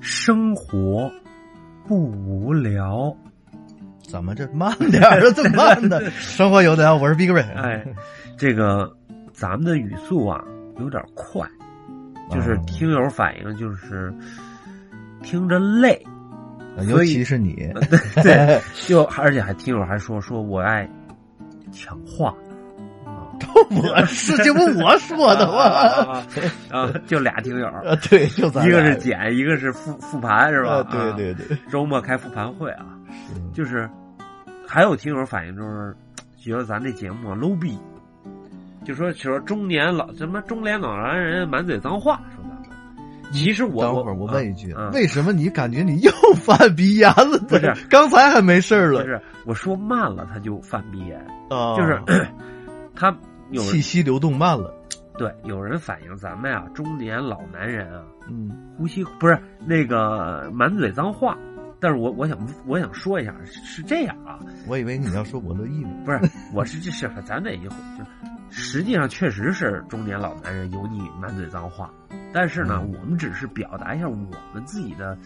生活不无聊。怎么这慢点儿？啊这慢 的生活有点，我是 Big Ray。哎，这个咱们的语速啊有点快，就是啊听友反映就是听着累， 尤其是你，对，就而且还听友还说说我爱抢话， 我是这不我说的吗？ 啊啊，就俩听友，啊，对，就咱一个俩是简，一个是复复盘是吧啊？对对对，嗯周末开复盘会啊，就是还有听友反映就是觉得咱这节目啊 low 逼，就说说中年老什么中年老男人满嘴脏话，说咱们。其实我嗯等会儿我问啊一句啊，为什么你感觉你又犯鼻炎了？不是，刚才还没事儿不了是我说慢了他就犯鼻炎，啊，就是 他有气息流动慢了。对有人反映咱们啊中年老男人啊嗯，呼吸不是那个满嘴脏话，但是我我想我想说一下是是这样啊，我以为你要说我乐意呢。不是，我是这是咱得一会儿，就实际上确实是中年老男人油腻满嘴脏话，但是呢，嗯我们只是表达一下我们自己的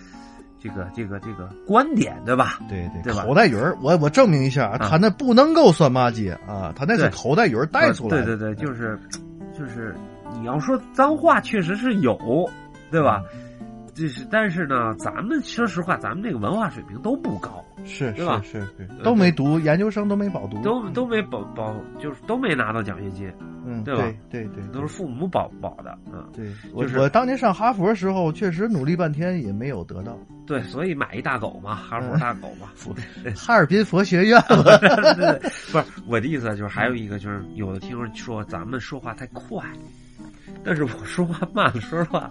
这个这个这个观点，对吧？对对，对吧口袋鱼儿，我我证明一下，啊啊他那不能够算骂街啊，他那是对口袋鱼儿带出来对的。对对，就是就是你要说脏话，确实是有，对吧？就是但是呢，咱们说实话，咱们这个文化水平都不高，是对吧是是是对，都没读研究生，都没饱读，都都没保保，就是都没拿到奖学金，嗯，对对吧对对，都是父母保保的，嗯。对我就是我当年上哈佛的时候，确实努力半天也没有得到对，所以买一大狗嘛，哈佛大 狗嘛，哈尔滨佛学院了。不是我的意思，啊就是还有一个就是，有的听众说咱们说话太快，但是我说话慢了，说实话，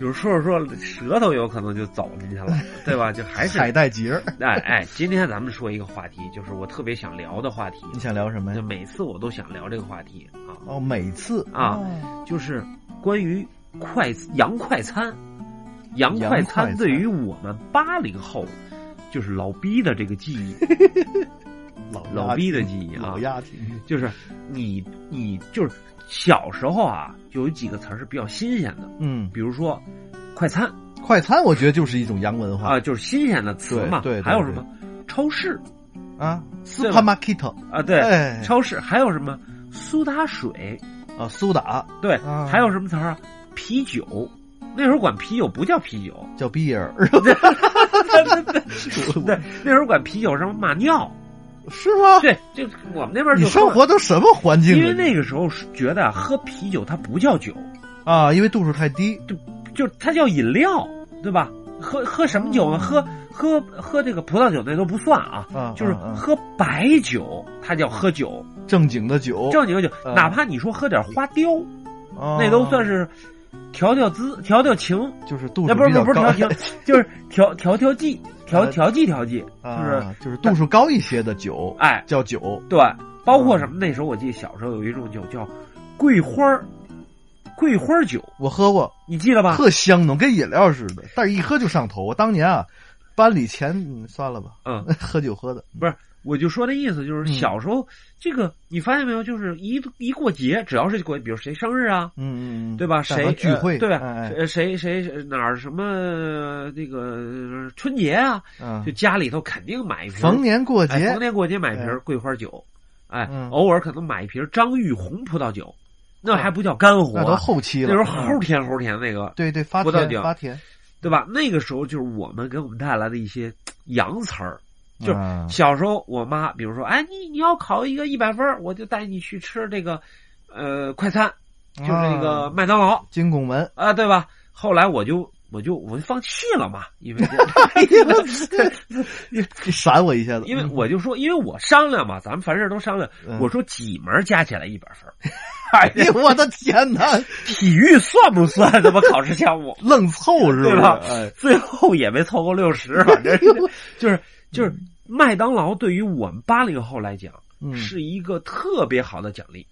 有时候说着说着舌头有可能就走进去了，对吧？就 还是海哎带节儿，哎，今天咱们说一个话题，就是我特别想聊的话题，你想聊什么就呀？每次我都想聊这个话题啊，哦，每次啊哦就是关于快洋快餐，洋洋快快餐餐对于我们八零后，就是老逼的这个记 忆，老老鸭逼的挺记忆啊老鸭挺就是你你就是小时候啊，就有几个词儿是比较新鲜的，嗯，比如说快餐快餐我觉得就是一种洋文啊、化就是新鲜的词嘛。对对对还有什么超市啊对吧，supermarket，啊？对，哎超市还有什么苏打水？啊，苏打对，啊还有什么词儿啊？啤酒。那时候管啤酒不叫啤酒，叫 beer 对，那时候管啤酒什么马尿， 是吗？对，就我们那边你就生活都什么环境因啊？为那个时候是觉得啊喝啤酒它不叫酒，啊，因为度数太低，就是它叫饮料，对吧？喝喝什么酒呢？嗯喝喝喝这个葡萄酒那都不算啊，啊，就是啊啊喝白酒，它叫喝酒，正经的酒，正经酒，嗯哪怕你说喝点花雕，啊那都算是调调滋、调调情，就是度那数不是比不是不是较高 调情， 就是调调调剂、调呃调剂调剂，就是啊，就是度数高一些的酒哎，叫酒，对，包括什么？那时候我记得小时候有一种酒叫桂花儿，桂花儿酒，我喝过，你记得吧？特香浓，跟饮料似的，但是一喝就上头。我当年啊，班里前嗯算了吧， 嗯，喝酒喝的，我就说的意思就是，嗯小时候、这个你发现没有，就是一一过节，只要是过，比如谁生日啊，嗯嗯，嗯对吧？但谁凡聚会，呃对吧？哎哎呃谁谁谁哪儿什么呃那个呃春节啊，嗯就家里头肯定买一瓶，逢年过哎节逢，年过节买一哎瓶桂花酒，哎，嗯偶尔可能买一瓶张裕红葡萄酒，那还不叫干货那都啊，后期那了，时候嗯齁甜齁甜那个，对对发葡萄甜酒发甜，对吧？那个时候就是我们给我们带来的一些洋词儿。就是啊小时候，我妈比如说，哎，你你要考一个一百分儿，我就带你去吃这个，呃，快餐，就是那个啊麦当劳啊、金拱门，对吧？后来我就我就我就放弃了嘛，因为 这闪我一下子，因为我就说，因为我商量嘛，咱们凡事都商量，嗯我说几门加起来一百 分儿，哎哎呀，呦我的天哪，体育算不算他妈考试项目？ 愣凑是不对是？吧哎，最后也没凑够六十， 反正就是就是麦当劳对于我们八零后来讲。嗯，是一个特别好的奖励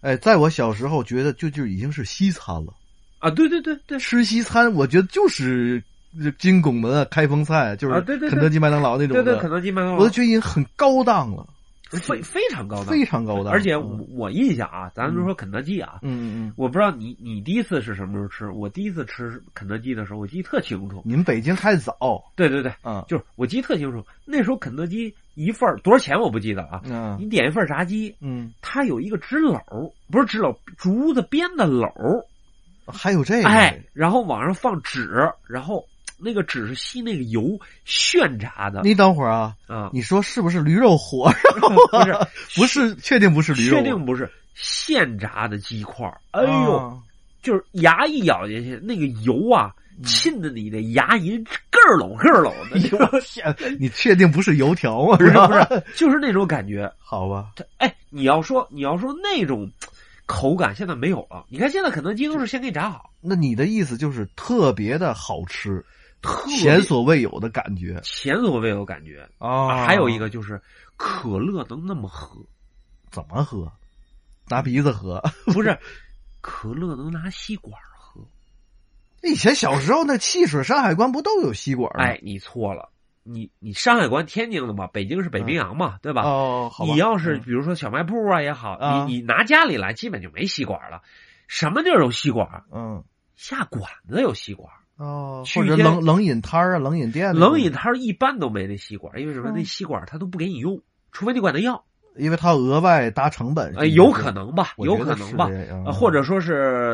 哎，在我小时候觉得就就已经是西餐了。啊！对对对对，吃西餐，我觉得就是金拱门啊、开封菜，就是啊对对对肯德基、麦当劳那种对的。对，肯德基、麦当劳我就觉得已经很高档了。而且非非常高档，非常高档，而且我嗯我印象啊，咱们说肯德基啊，嗯嗯，我不知道你你第一次是什么时候吃，我第一次吃肯德基的时候，我记得特清楚。你们北京开的早，对对对，嗯就是我记得特清楚，那时候肯德基一份儿多少钱我不记得了啊，嗯你点一份炸鸡，嗯，它有一个纸篓，不是纸篓，竹子编的篓，还有这个，哎，然后往上放纸，然后那个纸是吸那个油炫炸的你等会儿啊，啊，你说是不是驴肉火烧？啊不是 不是，确定不是驴肉，确定不是现炸的鸡块儿？哎呦，啊，就是牙一咬进去，那个油啊，沁的你的牙龈咯儿拢咯儿拢的，你知道吗你确定不是油条吗？不是吧不是，就是那种感觉。好吧，它哎，你要说你要说那种口感，现在没有了。你看现在肯德基都是先给你炸好，那你的意思就是特别的好吃，特别前所未有的感觉前所未有感觉。啊还有一个就是可乐能那么喝，怎么喝？拿鼻子喝。不是可乐能拿吸管儿喝。以前小时候那汽水山海关不都有吸管吗？哎，你错了，你你山海关天津的嘛，北京是北冰洋嘛，对吧？哦，好啊吧你要是嗯比如说小卖部啊也好，啊你你拿家里来基本就没吸管了，什么地儿有吸管？嗯下馆子有吸管，哦，去或者一些冷冷饮摊儿啊，冷饮店那种，冷饮摊儿一般都没那吸管，因为什么？嗯那吸管他都不给你用，除非你管他要，因为它要额外搭成本，呃，是不是有可，能吧，嗯我有觉可得能是吧这，样嗯呃或者说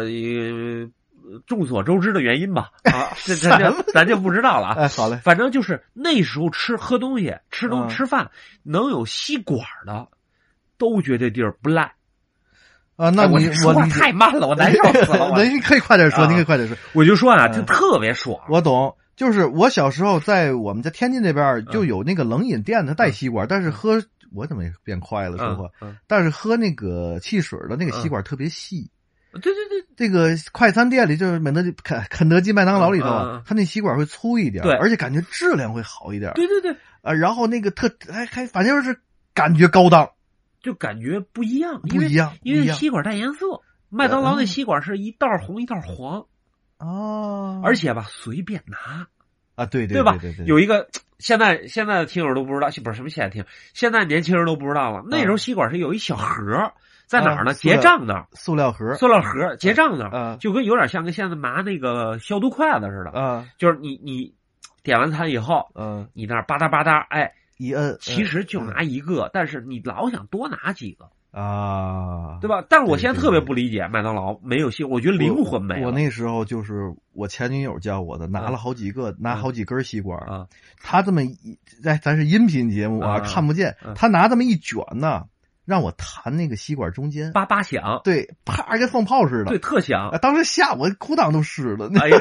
是呃众所周知的原因吧，啊，这这什这咱就不知道了啊。哎，好嘞，反正就是那时候吃喝东西、吃东嗯吃饭能有吸管的，都觉得地儿不赖。啊，那哎我你这说话理解太 慢了，我难受死了。我那你可以快点说，啊你可以快点说。我就说啊，就嗯特别爽。我懂，就是我小时候在我们家天津这边嗯儿就有那个冷饮店，它带吸管，但是喝我怎么也变快了说话，嗯，但是喝那个汽水的那个吸管特别细。嗯对对对，这个快餐店里就是肯德基、肯肯德基、麦当劳里头嗯嗯啊嗯，它那吸管会粗一点，对而且感觉质量会好一点儿。对对对，啊，然后那个特还还反正就是感觉高档，就感觉不一样，因不为一样，不因为一样吸管带颜色。麦当劳那吸管是一道红一道黄，哦，而且吧随便拿，啊，对对对吧对对，有一个现在现在的听友都不知道，不是什么现在听，现在年轻人都不知道了。那时候吸管是有一小盒，在哪儿呢？嗯啊塑料结账那儿，塑料盒，塑料盒结账那儿，啊就跟有点像跟现在拿那个消毒筷子似的，啊就是你你点完餐以后，嗯，你那儿吧嗒吧嗒，哎，一摁，其嗯实就拿一个，但是你老想多拿几个，啊，对吧？但是我现在对对特别不理解麦当劳没有吸，我觉得 灵魂没我。了。嗯我那时候就是我前女友教我的，拿了好几个，拿好几根吸管。啊，她这么一，哎，咱是音频节目啊，啊看不见嗯。她拿这么一卷呢，让我弹那个吸管中间，叭叭响，对，啪，跟放炮似对，的。特响 啊，。当时吓我裤裆都湿了。那哎呀，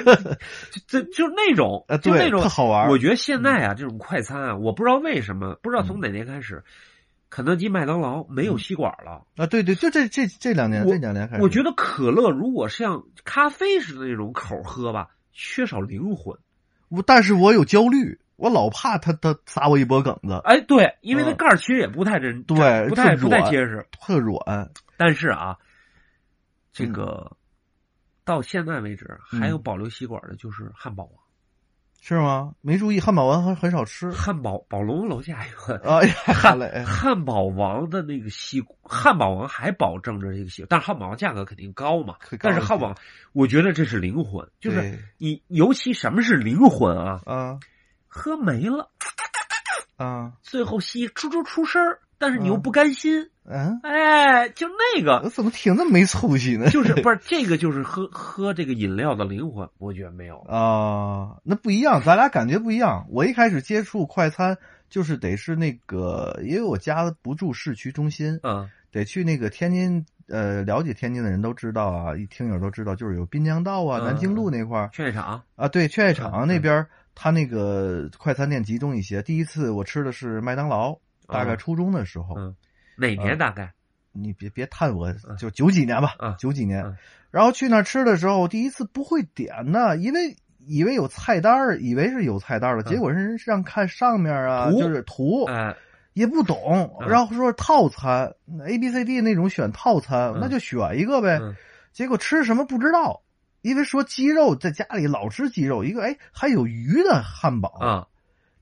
就就就是那种啊，，就对，那种特。好玩。嗯我觉得现在啊，这种快餐啊，我不知道为什么，不知道从哪年开始，肯德基、麦当劳没有吸管了。啊，对对，就这这这两年，我这两年开始，我觉得可乐如果像咖啡似的那种口喝吧，缺少灵魂。我，但是我有焦虑，我老怕他他撒我一波梗子，哎，对，因为它嗯盖儿其实也不太真，对不太特不太软结实。特软。但是啊，这嗯个到现在为止还有保留吸管的，就是汉堡王。是吗？没注意，汉堡王很很 少吃。汉堡宝龙楼下有个哎呀，好嘞，哎汉堡王的那个吸，汉堡王还保证着这个吸，但是汉堡王价格肯定高嘛可。高但是了汉堡王，我觉得这是灵魂，就是对你，尤其什么是灵魂啊？啊喝没了，啊最后吸出出出声儿，但是你又嗯不甘心，嗯，哎，就那个我怎么听着没出息呢？就是不是这个就是喝喝这个饮料的灵魂，我觉得没有。 啊，那不一样，咱俩感觉不一样。我一开始接触快餐，就是得是那个，因为我家不住市区中心，嗯得去那个天津。呃，了解天津的人都知道啊，一听友都知道，就是有滨江道啊、嗯南京路那块儿，劝业场，啊，对，劝业嗯场那边儿，它那个快餐店集中一些。第一次我吃的是麦当劳，大概嗯初中的时候，嗯哪啊年大概？你别别探我嗯，就九几年吧，嗯九几年。嗯然后去那儿吃的时候，第一次不会点呢，因为以为有菜单儿，以为是有菜单儿了，嗯结果是让看上面啊，图就是图，哎，也不懂，嗯然后说套餐、A B C D 那种选套餐，嗯那就选一个呗。嗯结果吃什么不知道，因为说鸡肉在家里老吃鸡肉，一个哎还有鱼的汉堡，啊，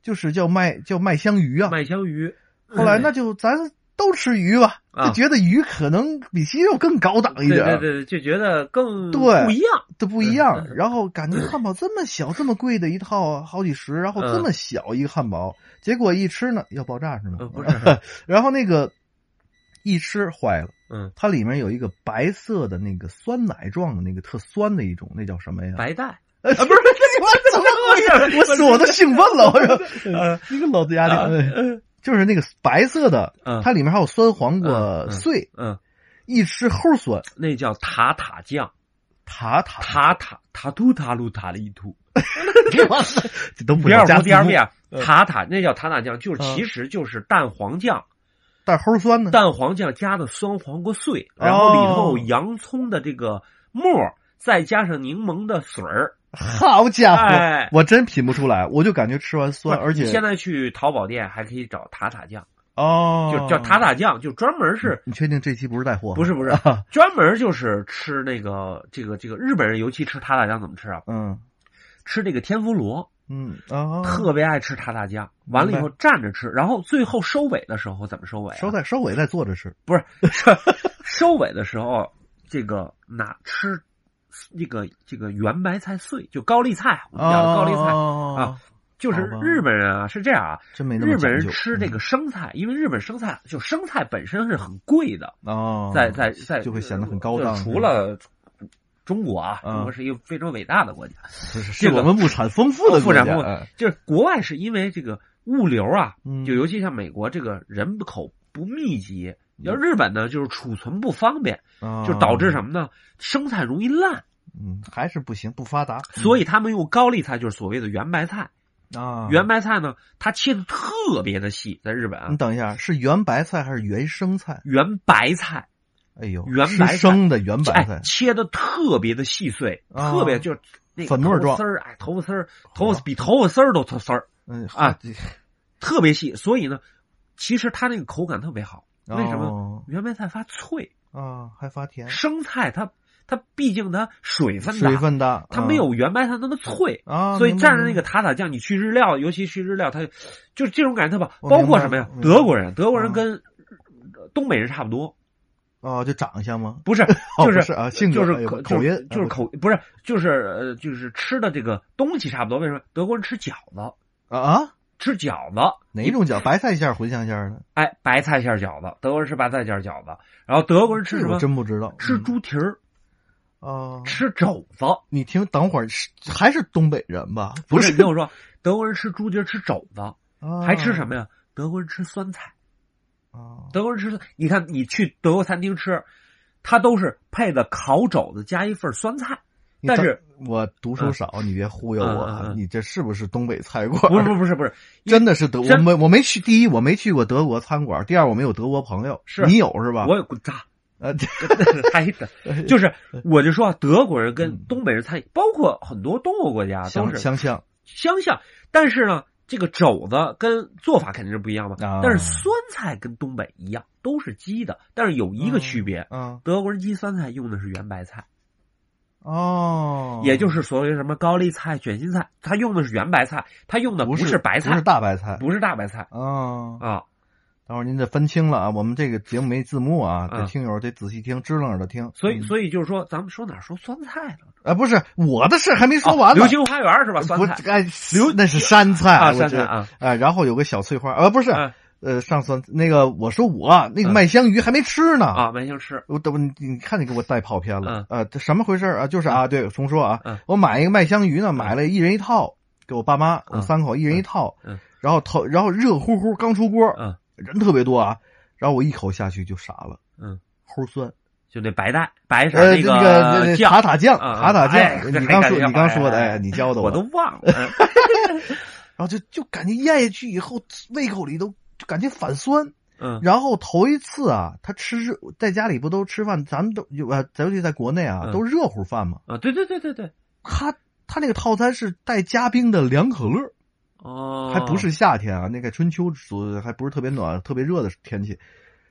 就是叫麦叫麦香鱼啊。麦香鱼。后来那就咱都吃鱼吧，啊就觉得鱼可能比鸡肉更高档一对点对儿，对，就觉得更对不一样。都不一样。然后感觉汉堡这么小，这么贵的一套好几十，然后嗯这么小一个汉堡，结果一吃呢要爆炸是吗？嗯， 不是，是然后那个一吃坏了，嗯，它里面有一个白色的那个酸奶状的那个特酸的一种，那叫什么呀？白带，呃 不是，我怎么回事？我说我都兴奋了，我说呃一个老家啊的，哎嗯就是那个白色的，嗯它里面还有酸黄瓜嗯嗯碎，嗯，一吃齁酸，那叫塔塔酱，塔塔，塔塔塔图塔鲁塔里 图， 这都不第要二加步字第二幕遍，嗯塔塔那叫塔塔酱，就是嗯其实就是蛋黄酱，但齁酸呢，蛋黄酱加的酸黄瓜碎，然哦后里头有洋葱的这个末儿，再加上柠檬的水儿。好家伙！哎，我真品不出来，我就感觉吃完酸，啊而且你现在去淘宝店还可以找塔塔酱，哦，嗯就叫塔。塔酱，就专门是你确定这期不是带货？不是，是不是 专门就是吃那个这个这个日本人尤其吃塔塔酱怎么吃啊？嗯吃这个天妇罗，嗯啊，特别爱吃塔塔酱，完了以后蘸着吃，然后最后收尾的时候怎么收尾啊？收在收尾再坐着吃，不是收尾的时候，这个拿吃这个这个圆白菜碎，就高丽菜，我们讲的高哦丽菜，菜啊，就是好吧日本人啊是这样啊，真没那么日讲究嗯本人吃这个生菜，因为日本生菜就生菜本身是很贵的，嗯哦，在在在就会显得很高档就除了中国啊，嗯中国是一个非常伟大的国家，是是这是个我们物产丰富的富国产家，部哎就是国外是因为这个物流啊，嗯就尤其像美国这个人口不密集。嗯要日本呢，就是储存不方便，就导致么？什么呢？生菜容易烂，嗯，还是不行，不发达。所以以他们用高丽菜，就是所谓的圆白菜。啊，圆白菜呢，它切的特别的细，在日本啊你，等一下，是圆白菜还是原生菜？圆白菜哎呦，圆白菜吃生的圆白哎菜，切的特别的细碎，啊特别就是那个粉末头状哦发丝儿，哎，头发丝儿，头发比头发丝儿都头发丝儿，嗯啊，特别细。所以呢，其实它那个口感特别好。哦为什么圆白菜发脆？啊，还发甜，生菜它它毕竟它水分水大，分大，它啊没有圆白菜那么脆。啊，所以明白蘸着那个塔塔酱，你去日料，尤其去日料，它就是这种感觉特棒。我包明括白什么呀我？明白德国人，德国人啊跟东北人差不多，哦，就长相吗？不是，哦就不是啊性格就是哎呦口口就是音就是口，不是，就是呃，就是吃的这个东西差不多。为什么德国人吃饺子？啊啊，吃饺子哪一？种叫白菜馅儿、茴香馅儿的？哎，白菜馅儿饺子，德国人吃白菜馅儿饺子，然后德国人吃这什我么？真不知道。吃嗯猪蹄儿，哦，吃肘子。你听，等会儿是还是东北人吧？不是哦你，听我说，德国人吃猪蹄儿，吃肘子，啊还吃什么？么呀？德国人吃酸菜。哦德国人吃酸，你看你去德国餐厅吃，它都是配的烤肘子加一份酸菜。你但等是嗯我读书少，你别忽悠我嗯嗯啊嗯！你这是不是东北菜馆？不是不是不是不是，因为真的是德，我真没我没去。第一，我没去过德国餐馆；第二，我没有德国朋友。是你有是吧？我有滚渣，呃，这 还 的，就是我就说啊，德国人跟嗯东北人餐饮，包括很多东欧国家都相是相像相像，但是呢，这个肘子跟做法肯定是不一样嘛。啊但是酸菜跟东北一样，都是鸡的，但是有一个区别，啊德国人鸡酸菜用的是圆白菜，哦，也就是所谓什么高丽菜、卷心菜，它用的是圆白菜，它用的不呃是白菜，不是大白菜不是大白菜哦。啊。等会儿您得分清了啊！我们这个节目没字幕啊，嗯这听友得仔细听，支棱着听。所以，嗯所以就是说，咱们说哪儿说酸菜呢？啊啊，不是我的事还没说完流呢。星花园是吧？酸不菜，哎，那是山菜啊，我酸这菜啊，哎，然后有个小翠花，啊，不是，啊呃，上酸那个，我说我那个嗯麦香鱼还没吃呢，啊，没行吃，我等你你看你给我带跑偏了嗯，呃，这什么回事儿啊？就是啊，对，重说啊嗯，我买一个麦香鱼呢，买了一人一套，给我爸妈，我们三口一人一套嗯嗯，然后头，然后热乎乎刚出锅，嗯，人特别多啊，然后我一口下去就傻了，嗯，齁酸，就那白带白色呃，这个个酱，塔塔酱，啊塔塔哎酱，你还刚敢说要你刚说的，哎哎哎，你教的我都忘了。嗯然后就就感觉咽下去以后，胃口里都就感觉反酸。嗯然后头一次啊，他吃热在家里不都吃饭，咱们都有啊，尤其在国内啊，嗯都热乎饭嘛。啊，对对对对对，他他那个套餐是带加冰的凉可乐，哦，还不是夏天啊，那个春秋左还不是特别暖、特别热的天气。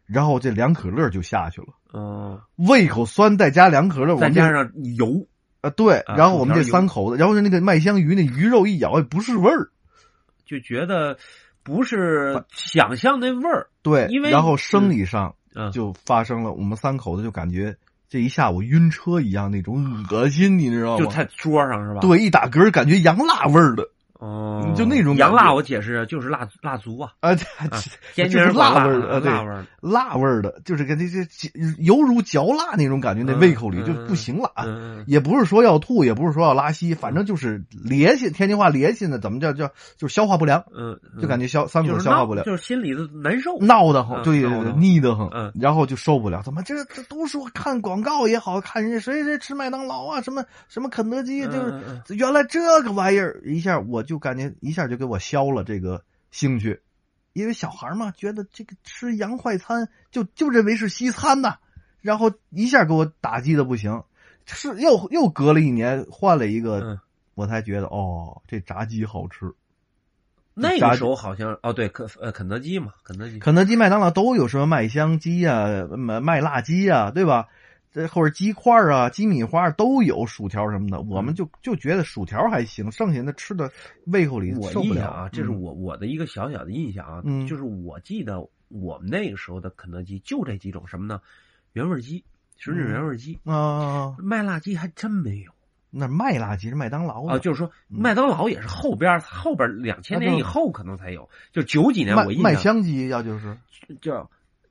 然后这凉可乐就下去了，哦，胃口酸再加凉可乐，我再们加这上油，啊对，啊然后我们薯条这油哎三口子，然后是那个麦香鱼那鱼肉一咬也不是味儿，就觉得不是想象那味儿，对，因为然后生理上嗯，就发生了，我们三口子就感觉这一下午晕车一样那种恶心，你知道吗？就在桌上是吧？，对，一打嗝感觉羊辣味儿的哦，就那种感羊觉辣，我解释就是蜡蜡烛啊，啊，啊天津就是人管辣味儿的，啊对辣味儿的，辣味儿的，就是跟这这这犹如嚼蜡那种感觉，那嗯胃口里嗯就不行了啊。嗯，也不是说要吐，也不是说要拉稀，反正就是联系，天津话联系呢，怎么叫叫就是消化不良，嗯，嗯就感觉消三就口是消化闹不良，就是心里头难受，闹得慌，嗯对闹得，慌腻得很，嗯然后就受不了，怎么这这都说看广告也好看人家谁谁吃麦当劳啊，什么什么肯德基，嗯就是嗯嗯原来这个玩意儿，一下我就感觉一下就给我消了这个兴趣，因为小孩嘛，觉得这个吃洋快餐就就认为是西餐呐、然后一下给我打击的不行，是又又隔了一年换了一个，嗯我才觉得哦，这炸鸡好吃，那炸个鸡时候好像哦，对，肯呃肯德基嘛，肯德基，肯德基、麦当劳都有什么麦香鸡呀、麦麦辣鸡呀、对吧？这或者鸡块儿啊、鸡米花儿都有，薯条什么的，我们就就觉得薯条还行，剩下的吃的胃口里我受不印了象啊，这是嗯我我的一个小小的印象啊，嗯就是我记得我们那个时候的肯德基就这几种什么呢？原味鸡，吮指嗯原味鸡，啊，麦辣鸡还真没有那麦辣鸡是麦当劳的啊。就是说，嗯麦当劳也是后边儿后边两千年那就以后可能才有，就九几年啊麦我印麦象香鸡要就是叫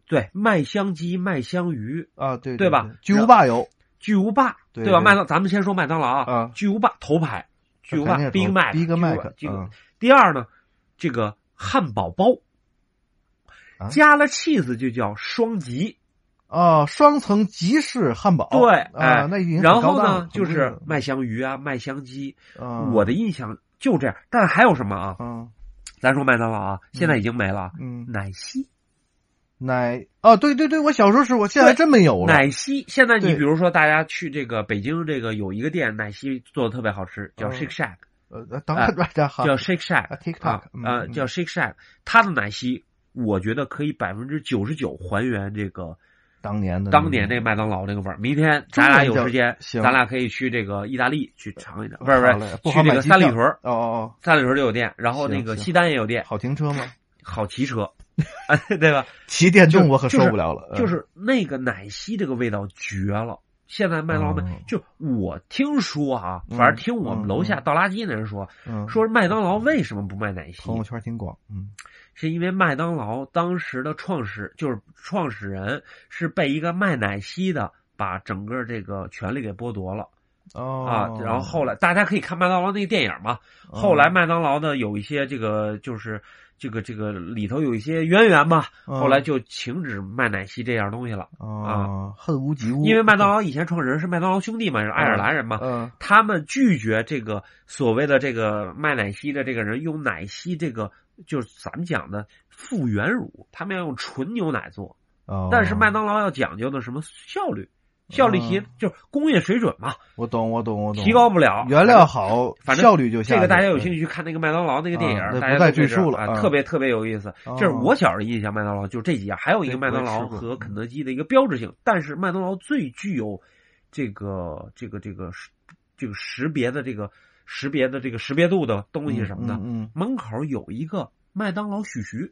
对麦香鸡、麦香鱼、啊，对对对吧巨无霸有巨无霸，对吧？对麦当咱们先说麦当劳啊巨无霸头牌， 巨无霸肯定是 Big 头 Mac Big 巨无霸 Mac，这个嗯第二呢，这个汉堡包啊加了 cheese 就叫双极，啊，双层吉士汉堡对，啊，哎那已经，很然高后档了呢很就贵是了麦香鱼啊、麦香鸡，啊我的印象就这样。但是还有什么啊？啊咱说麦当劳啊，现在已经没了，嗯奶昔，奶啊，对对对，我小时候吃过，现在还真没有了奶昔。现在你哦对比如说大家去这个北京这个有一个店，奶昔做的特别好吃，叫嗯 Shake Shack，呃，等会儿 再哈哎叫 Shake Shack 啊，TikTok，啊嗯，呃嗯叫 Shake Shack，它的奶昔我觉得可以百分之九十九还原这个。当年的当年那那个个麦当劳那个味儿。明天咱俩有时间，行咱俩可以去这个意大利去尝一尝，不好是嘞是，不去好这买个机三里票屯儿，哦哦三里屯儿就有店，然后行那个行西单也有店哦，，好停车吗？好骑 车，啊，对吧？骑电就动我可就是受不了了，就嗯是那个奶昔这个味道绝了。现在麦当劳麦哦就我听说啊，嗯反正听我们嗯楼下嗯倒垃圾那人说，嗯，说麦当劳为什么不卖奶昔朋？友圈挺广，嗯是因为麦当劳当时的创始就是创始人是被一个卖奶昔的把整个这个权利给剥夺了。哦啊，然后后来大家可以看麦当劳那个电影嘛。后来麦当劳呢有一些这个就是这个这个里头有一些渊源嘛，哦后来就停止卖奶昔这样东西了，啊，恨无及无，因为麦当劳啊以前创始人是麦当劳兄弟嘛，是爱尔兰人嘛。嗯他们拒绝这个所谓的这个卖奶昔的这个人用奶昔这个就是咱们讲的复原乳，他们要用纯牛奶做。哦，但是麦当劳要讲究的什么效率，效率提嗯就是工业水准嘛，我懂我懂我懂，提高不了。原料好，反正效率就下去嗯这了。个大家有兴趣去看那个麦当劳那个电影，啊那大家不再都可以赘述知道了啊，啊特别特别有意思。哦这是我小时候印象麦当劳就这几样，还有一个对麦当我也劳吃过嗯和肯德基的一个标志性，但是麦当劳最具有这个这个这个识这个识别的这个识别的这个识别度的东西是什么呢？嗯，嗯门口有一个麦当劳许徐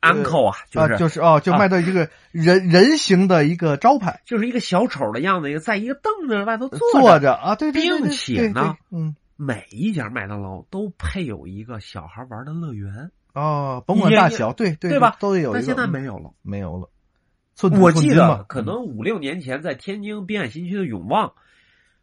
呃，uncle 啊，嗯啊，是就是哦，就啊卖到一个人人形的一个招牌，就是一个小丑的样子，一个在一个凳子外头坐着啊，对对对，对并且呢，对对嗯，每一家麦当劳都配有一个小孩玩的乐园，哦，甭管大小，对对对吧都得有一个，但现在嗯没有了。没有了。寸土我寸记金嘛嗯得可能五六年前在天津滨海新区的永旺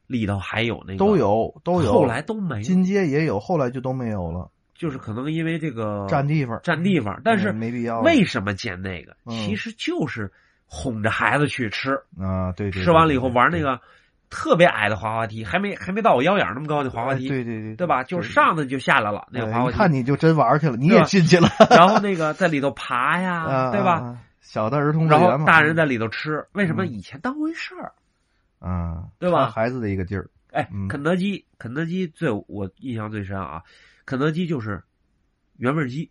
里头还有那个，都，有都有，后来都没了，金街也有，后来就都没有了，就是可能因为这个占地方哦占地方，但是嗯没必要了为什么建那个？嗯其实就是哄着孩子去吃，啊，对对对，吃完了以后对玩那，个特别矮的滑滑梯，还没还没到我腰眼儿那么高的滑滑哎梯，对对对，对吧？就是上头就下来了那哎个滑一滑看梯，你就真玩去了，你对也吧进去了， 然后那个在里头爬呀，啊，对吧？啊？小的儿童乐然园后嘛，大人在里头吃，为什么嗯以前当回事儿？啊，对吧看孩子的一个劲儿，哎嗯，肯德基，肯德基最我印象最深啊，肯德基就是原味鸡，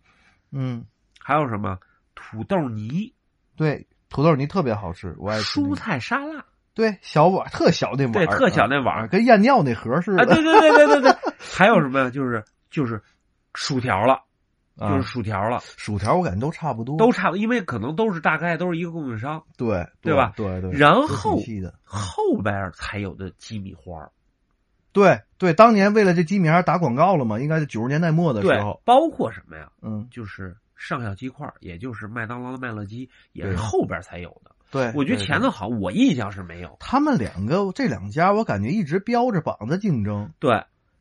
嗯，还有什么土豆泥、对，土豆泥特别好吃，我爱吃那蔬个。菜沙拉对，小碗特小那碗儿，对特小啊那碗 儿啊跟验尿那盒似啊，对的。对对对对对，还有什么呀？就是就是薯条了，啊就是薯条了，薯条，我感觉都差不多，都差不多，因为可能都是大概都是一个供应商，对对吧对对，然都挺后细的，后边儿才有的鸡米花儿。对对，当年为了这鸡米还打广告了嘛，应该是九十年代末的对时候，，包括什么呀？嗯，就是上校鸡块儿，也就是麦当劳的麦乐鸡，也对是后边儿才有的。对，我觉得对前对头好像我印象是没有。他们两个这两家，我感觉一直标着榜的竞争，对，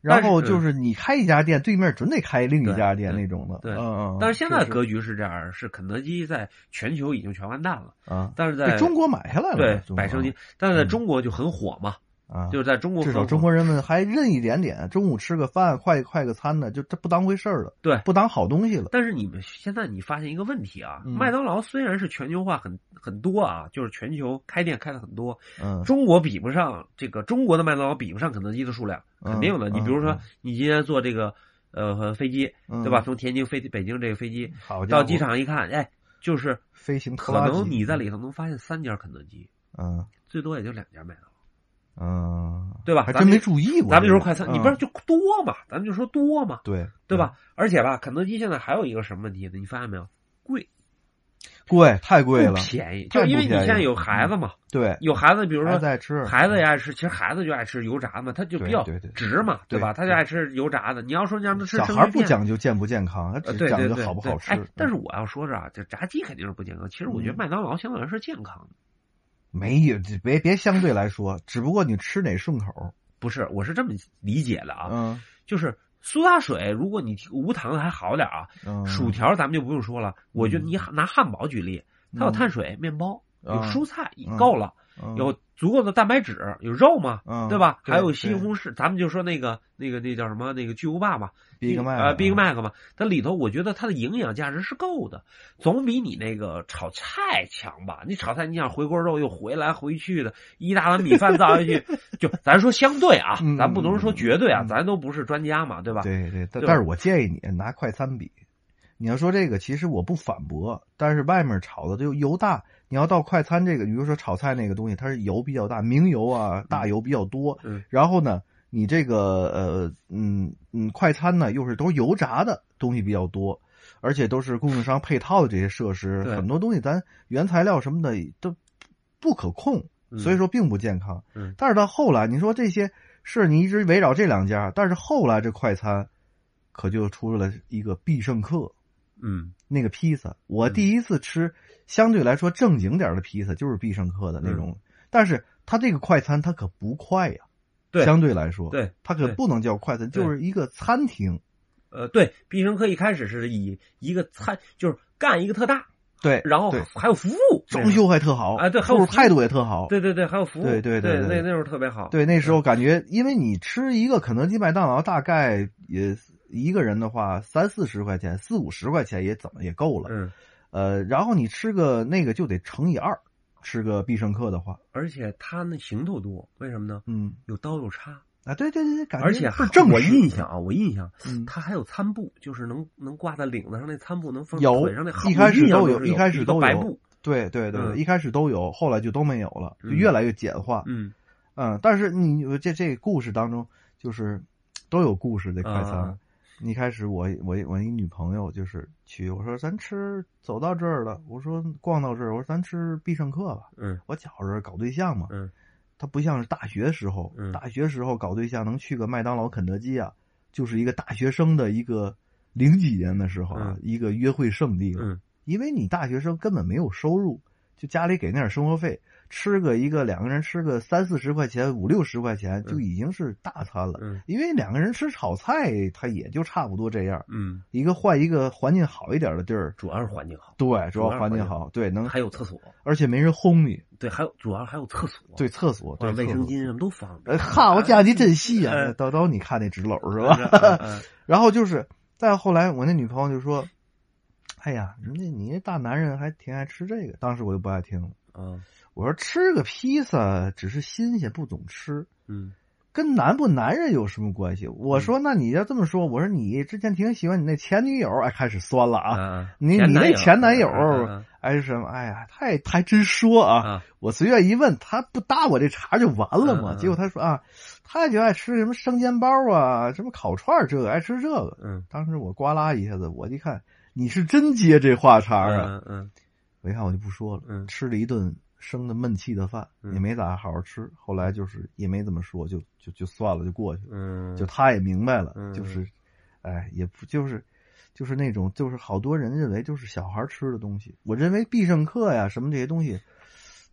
但然是后就是你开一家店，对面准得开另一家店对那种的，对嗯嗯，但是现在是格局是这样儿，是肯德基在全球已经全完蛋了，啊，但是在被中国买下来了，对中国百胜金，但是在嗯中国就很火嘛，啊，就是在中国至很少火中国人们还认一点点，中午吃个饭，快快个餐呢，就这不当回事儿了，对不当好东西了，但是你们现在你发现一个问题啊，嗯麦当劳虽然是全球化很很多啊，就是全球开店开的很多，嗯，中国比不上这个中国的麦当劳比不上肯德基的数量，嗯肯定的。你比如嗯说嗯，你今天坐这个呃飞机，嗯对吧？？从天津飞北京这个飞机好家伙到机场一看，哎，就是飞行拖可拉机能你在里头能发现三家肯德基，嗯最多也就两家麦当劳，嗯，对吧？还咱真们没就注意过这个，咱们就说快餐，嗯你不是就多嘛？咱们就说多嘛，对对？吧？而且吧，肯德基现在还有一个什么问题呢？你发现没有？贵，贵太贵不了，便宜，就太不因为你便宜现在了有孩子嘛，对，有孩子，比如还说在吃，嗯孩子也爱吃，其实孩子就爱吃油炸嘛，他就比较对对对直嘛，对吧？他就对爱吃油炸的。你要说让他吃小生孩鱼不片讲究健不健康，他呃，只对讲对究对，好不对好吃哎。，但是我要说是啊，这炸鸡肯定是不健康。其实我觉得嗯麦当劳相对来说是健康的，没有，这别别相对来说，只不过你吃哪顺口。不是？我是这么理解的啊，嗯就是苏打水，如果你无糖的还好点啊，嗯，薯条咱们就不用说了。我觉得你拿汉堡举例，它有嗯碳水、面包，有嗯蔬菜嗯够了，嗯有足够的蛋白质，有肉嘛，嗯对吧？对还有西对红柿，咱们就说那个那个那叫什么那个巨无霸嘛 Big 那 Mac 呃嗯 Big Mac 嘛，它里头我觉得它的营养价值是够的，总比你那个炒菜强吧？你炒菜你想回锅肉又回来回去的，一大碗米饭造下去，就咱说相对啊嗯， 咱不能说绝对啊嗯，咱都不是专家嘛，对吧？对对，对但吧但是我建议你拿快餐比。你要说这个，其实我不反驳，但是外面炒的就油大，你要到快餐这个，比如说炒菜那个东西，它是油比较大，明油啊，大油比较多。嗯然后呢，你这个呃嗯嗯，快餐呢又是都是油炸的东西比较多，而且都是供应商配套的这些设施，对很多东西咱原材料什么的都不可控，嗯所以说并不健康。嗯但是到后来，你说这些是你一直围绕这两家，但是后来这快餐可就出了一个必胜客嗯那个披萨。我第一次吃相对来说正经点儿的披萨，就是必胜客嗯的那种，但是它这个快餐它可不快呀。对相对来说，对，它可对不能叫快餐，对就是一个餐厅。呃，对，必胜客一开始是以一个餐就是干一个特大，对，然后对还有服务，装修还特好啊对还服有务服务态度也特好。对对对，还有服务，对对对对对那那时候特别好。嗯对，那时候感觉，因为你吃一个肯德基、麦当劳，大概也一个人的话，三四十块钱，四五十块钱也怎么也够了。嗯，呃，然后你吃个那个就得乘以二，吃个必胜客的话，而且他那行头多，为什么呢？嗯有刀有叉，啊，对对对对，感觉而且不还是正我式印象啊，我印象嗯他还有餐布，就是能能挂在领子上那餐布，能放有腿上那好。一开我始印象都有就是一有，开始个都白有布，对对对，嗯一开始都有，后来就都没有了，就嗯越来越简化。嗯，嗯，但是你这这故事当中，就是都有故事的快餐。啊一开始我我我一女朋友就是去，我说咱吃走到这儿了，我说逛到这儿，我说咱吃必胜客吧。嗯我觉着搞对象嘛，嗯，他不像是大学时候，嗯大学时候搞对象能去个麦当劳、肯德基啊，就是一个大学生的一个零几年的时候啊，嗯一个约会圣地了。嗯因为你大学生根本没有收入，就家里给那点生活费，吃个一个两个人吃个三四十块钱、五六十块钱就已经是大餐了。嗯因为两个人吃炒菜，它也就差不多这样。嗯，一个换一个环境好一点的地儿，主要是环境好，对，主主要要环环境境好，对，能，还有厕所，而且没人轰你，对，还有主要还有厕所，对，厕所，或对，者卫厕生所巾什么都方呃，便。哈，我讲你真细啊！哎那叨叨，你看那纸篓儿是嗯吧？吧？ 然后就是，再后来我那女朋友就说：“哎呀，那你那大男人还挺爱吃这个。”当时我就不爱听了，嗯我说：“吃个披萨只是新鲜，不总吃，嗯跟男不男人有什么关系？”我说：“那你要这么说，我说你之前挺喜欢你那前女友，哎，开始酸了啊！啊你你那前男友，嗯嗯嗯哎是什么？哎呀，他也他还真说啊，啊，我随便一问，他不搭我这茬就完了嘛。嗯嗯结果他说啊，他就爱吃什么生煎包啊，什么烤串儿这个，爱吃这个。嗯，当时我呱啦一下子，我一看你是真接这话茬儿啊，嗯嗯我一看我就不说了，嗯吃了一顿生的闷气的饭，嗯也没咋好好吃。后来就是也没怎么说，就就就算了，就过去了。嗯，就他也明白了，嗯就是，哎，也不就是，就是那种就是好多人认为就是小孩吃的东西，我认为必胜客呀什么这些东西，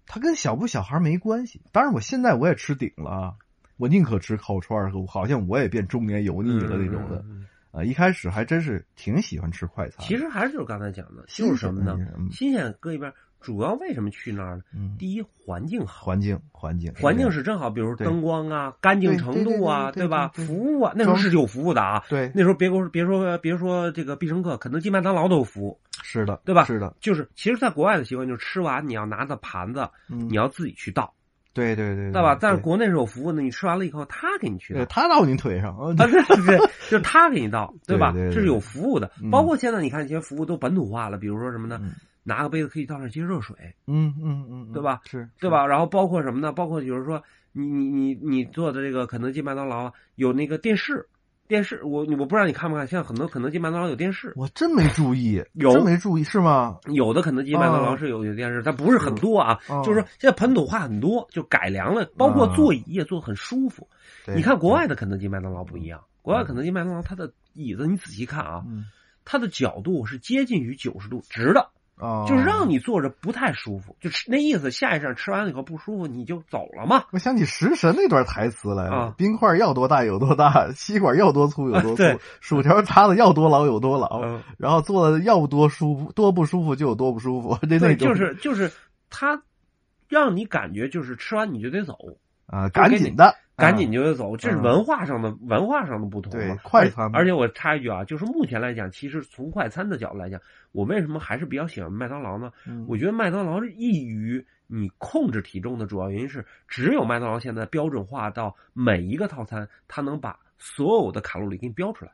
它跟小不小孩没关系。当然，我现在我也吃顶了啊，我宁可吃烤串儿，好像我也变中年油腻了那种的嗯。嗯嗯嗯啊。一开始还真是挺喜欢吃快餐的，其实还是就是刚才讲的，就是什么呢？嗯？新鲜搁一边，主要为什么去那儿呢？嗯，第一，环境好，环境环境环境是是真好，比如对灯光啊、干净程度啊，对对对对对吧？对对服务啊，那时候是有服务的啊。这样对，那时候别跟我别说别说这个必胜客、肯德基、麦当劳都有服务，是的，对吧是的，就是其实，在国外的习惯就是吃完你要拿着盘子，嗯你，要自己去倒，对对嗯对，对吧？但是对国内是有服务的，你吃完了以后他给你去倒对。他到你腿上，嗯啊，对对对，就是他给你倒，对吧？对对这是有服务的嗯，包括现在你看一些服务都本土化了，比如说什么呢？嗯拿个杯子可以倒上一些热水，嗯嗯嗯，嗯对吧？是，对吧？然后包括什么呢？包括比如说你你你你做的这个肯德基、麦当劳有那个电视，电视我我不知道你看不看，现在很多肯德基、麦当劳有电视是？，我真没注意，有真没注意是吗？有的肯德基、麦当劳是有有电视，但不是很多啊。哦嗯就是说现在本土化很多，就改良了，包括嗯座椅也做得很舒服。对你看国外的肯德基、麦当劳不一样，国外肯德基、麦当劳它的椅子你仔细看啊，嗯它的角度是接近于九十度，直的，啊，就是让你坐着不太舒服，就吃那意思，下一站吃完了以后不舒服你就走了嘛。我想起食神那段台词来了啊：冰块要多大有多大，吸管要多粗有多 对粗，薯条插的要多牢有多牢，嗯，然后坐的要不多舒服，多不舒服就有多不舒服。 这那对，种就是就是它让你感觉就是吃完你就得走，啊，就给赶你紧的，赶啊紧就得走，这是文化上的、文化上的不同对嘛。快而餐嘛而且我插一句啊，就是目前来讲，其实从快餐的角度来讲，我为什么还是比较喜欢麦当劳呢？嗯我觉得麦当劳是易于你控制体重的主要原因是，只有麦当劳现在标准化到每一个套餐，它能把所有的卡路里给你标出来。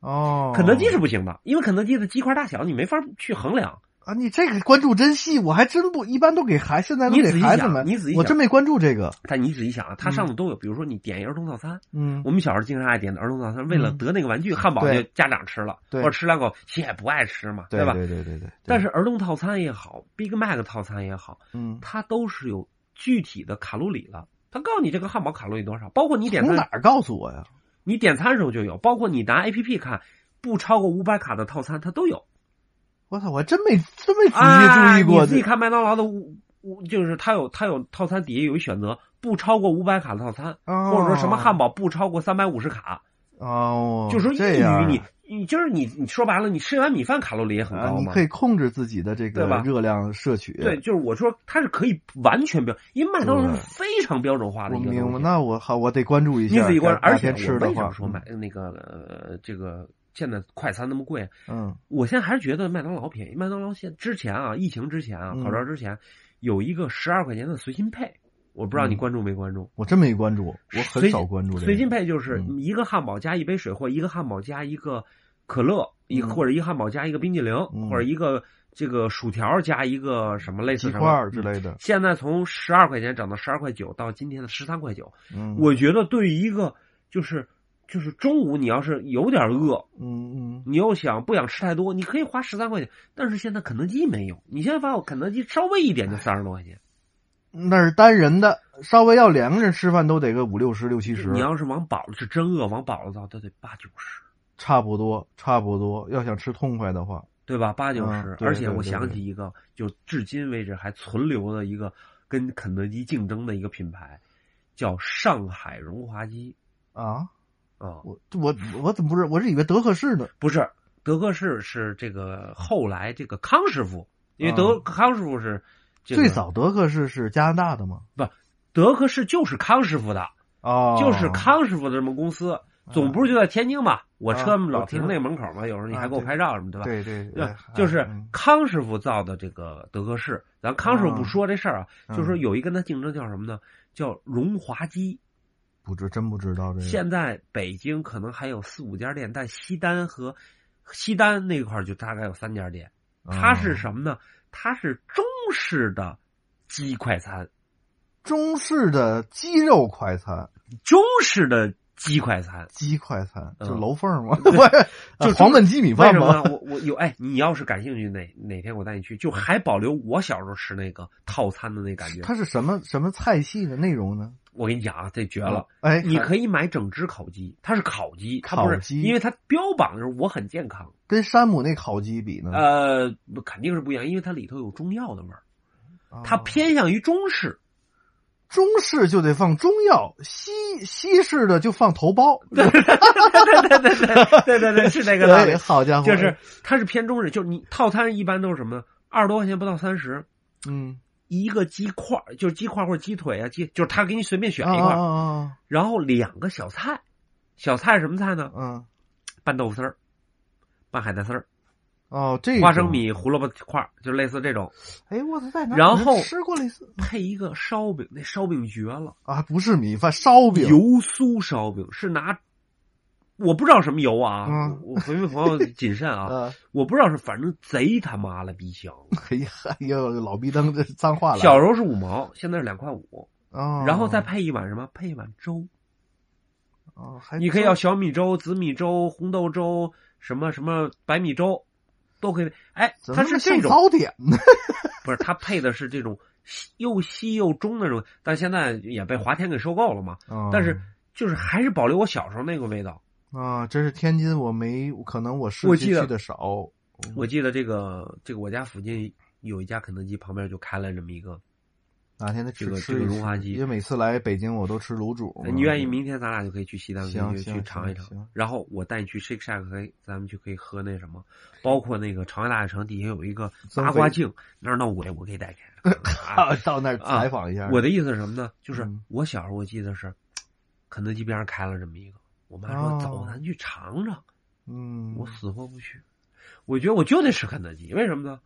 哦，肯德基是不行的，因为肯德基的鸡块大小你没法去衡量。啊，你这个关注真细，我还真不一般都给孩，现在都你给仔细孩子想们，你仔细我想真没关注这个，但你仔细想啊，它上的都有，比如说你点一儿童套餐，嗯我们小时候经常爱点的儿童套餐，为了得那个玩具，汉堡就对家长吃了，对或者吃两口，其实也不爱吃嘛，对吧？对对对对，但是儿童套餐也好，Big Mac 套餐也好，嗯，它都是有具体的卡路里了。它告诉你这个汉堡卡路里多少，包括你点从哪餐，儿告诉我呀？你点餐的时候就有，包括你拿 A P P 看，不超过五百卡的套餐它都有。我操，我还真没真没仔啊，细注意过你自己这。看麦当劳的五五，就是它有它有套餐底下有一选择，不超过五百卡的套餐，啊或者说什么汉堡不超过三百五十卡，哦，就是说这易样啊于你，你就是你，你说白了，你吃一碗米饭卡路里也很啊，高你嘛。可以控制自己的这个对吧热量摄取。对，，就是我说它是可以完全标，因为麦当劳对是非常标准化的我一个明白。东西。那我好，我得关注一下。你自己关注，改而改且天我吃的为什话嗯么，说买那个呃这个现在快餐那么贵？嗯我现在还是觉得麦当劳便宜。麦当劳现之前啊，疫情之前啊，嗯口罩之前有一个十二块钱的随心配，我不知道你嗯关注没关注？我真没关注，我很随少关注这个。随心配就是嗯一个汉堡加一杯水，或一个汉堡加一个可乐，一个嗯或者一个汉堡加一个冰激凌，嗯或者一个这个薯条加一个什么类似鸡什么块儿之嗯类的。现在从十二块钱涨到十二块九，到今天的十三块九。嗯，我觉得对于一个就是就是中午你要是有点饿，嗯嗯，你又想不想吃太多，你可以花十三块钱。但是现在肯德基没有，你现在发现我肯德基稍微一点就三十多块钱。那是单人的，稍微要两个人吃饭都得个五六十、六七十，你要是往饱了是真饿，往饱了到都得八九十。差不多，差不多。要想吃痛快的话，对吧？八九十嗯，对而且我对对想起一个，就至今为止还存留的一个跟肯德基竞争的一个品牌，叫上海荣华鸡啊，啊、我我我怎么不是？我是以为德克士呢。不是德克士是这个后来这个康师傅，因为德、康师傅是、这个、啊最早德克士是加拿大的吗？德克士就是康师傅的，哦，就是康师傅的这么公司，总部就在天津嘛，我车啊老我知停道那门口嘛，有时候你啊还给我对拍照什么，对吧？对对对哎，就是嗯康师傅造的这个德克士，咱康师傅不说这事儿啊，嗯就说有一跟他竞争叫什么呢？叫荣华鸡。不知真不知道这个。现在北京可能还有四五家店，但西单和西单那块儿就大概有三家店。啊它是什么呢？它是中式的鸡快餐，中式的鸡肉快餐，中式的鸡快餐。鸡快餐嗯呃就楼缝 吗？就黄焖鸡米为饭什么 吗？嗯我我有哎？你要是感兴趣，哪哪天我带你去，就还保留我小时候吃那个套餐的那感觉。它是什么什么菜系的内容呢？我跟你讲啊，这绝了！哎，你可以买整只烤鸡，它是烤鸡，它烤不是，鸡因为它标榜的是我很健康，跟山姆那烤鸡比呢？呃，肯定是不一样，因为它里头有中药的味儿，啊它偏向于中 式，中式就得放中药，西西式的就放头孢。对对对对，是那 个道理，好啊家伙，就是它是偏中式，就是你套餐一般都是什么二十多块钱不到三十，嗯，一个鸡块儿就是鸡块儿或者鸡腿啊，鸡就是他给你随便选啊一块儿，啊啊然后两个小菜，小菜什么菜呢啊？嗯拌豆腐丝儿，拌海带丝儿，哦，这花生种。米、胡萝卜块儿，就类似这种，哎，我操，在哪儿然后吃过类似配一个烧饼，那烧饼绝了，啊？不是米饭，烧饼。油酥烧饼是拿。我不知道什么油啊，嗯我回避朋友谨慎啊， 啊，我不知道是，反正贼他妈了逼香。哎呀，哎呦，老逼灯这脏话了。小时候是五毛，现在是两块五，哦，然后再配一碗什么？配一碗粥，哦，还你可以要小米粥、紫米粥、红豆粥，什么什么白米粥，都可以。哎，怎么它那么是这像种，早点呢？不是它配的是这种西又稀又中那种，但现在也被华天给收购了嘛。哦但是就是还是保留我小时候那个味道。啊，这是天津，我没可能我市我区记得去的少。我记得这个这个我家附近有一家肯德基，旁边就开了这么一个。哪天再这吃个吃这个一荣华吃鸡因为每次来北京我都吃卤煮嘛。你愿意？明天咱俩就可以去西单行可以去行尝一行尝行，然后我带你去 Shake Shack，可以咱们就可以喝那什么，包括那个长安大悦城底下有一个增八卦肥镜，那儿闹鬼，我给带给你 啊啊，到那儿啊采访一下。我的意思是什么呢？就是嗯我小时候我记得是，肯德基边上开了这么一个，我妈说哦走，咱去尝尝，嗯，我死活不去，我觉得我就得吃肯德基，为什么呢？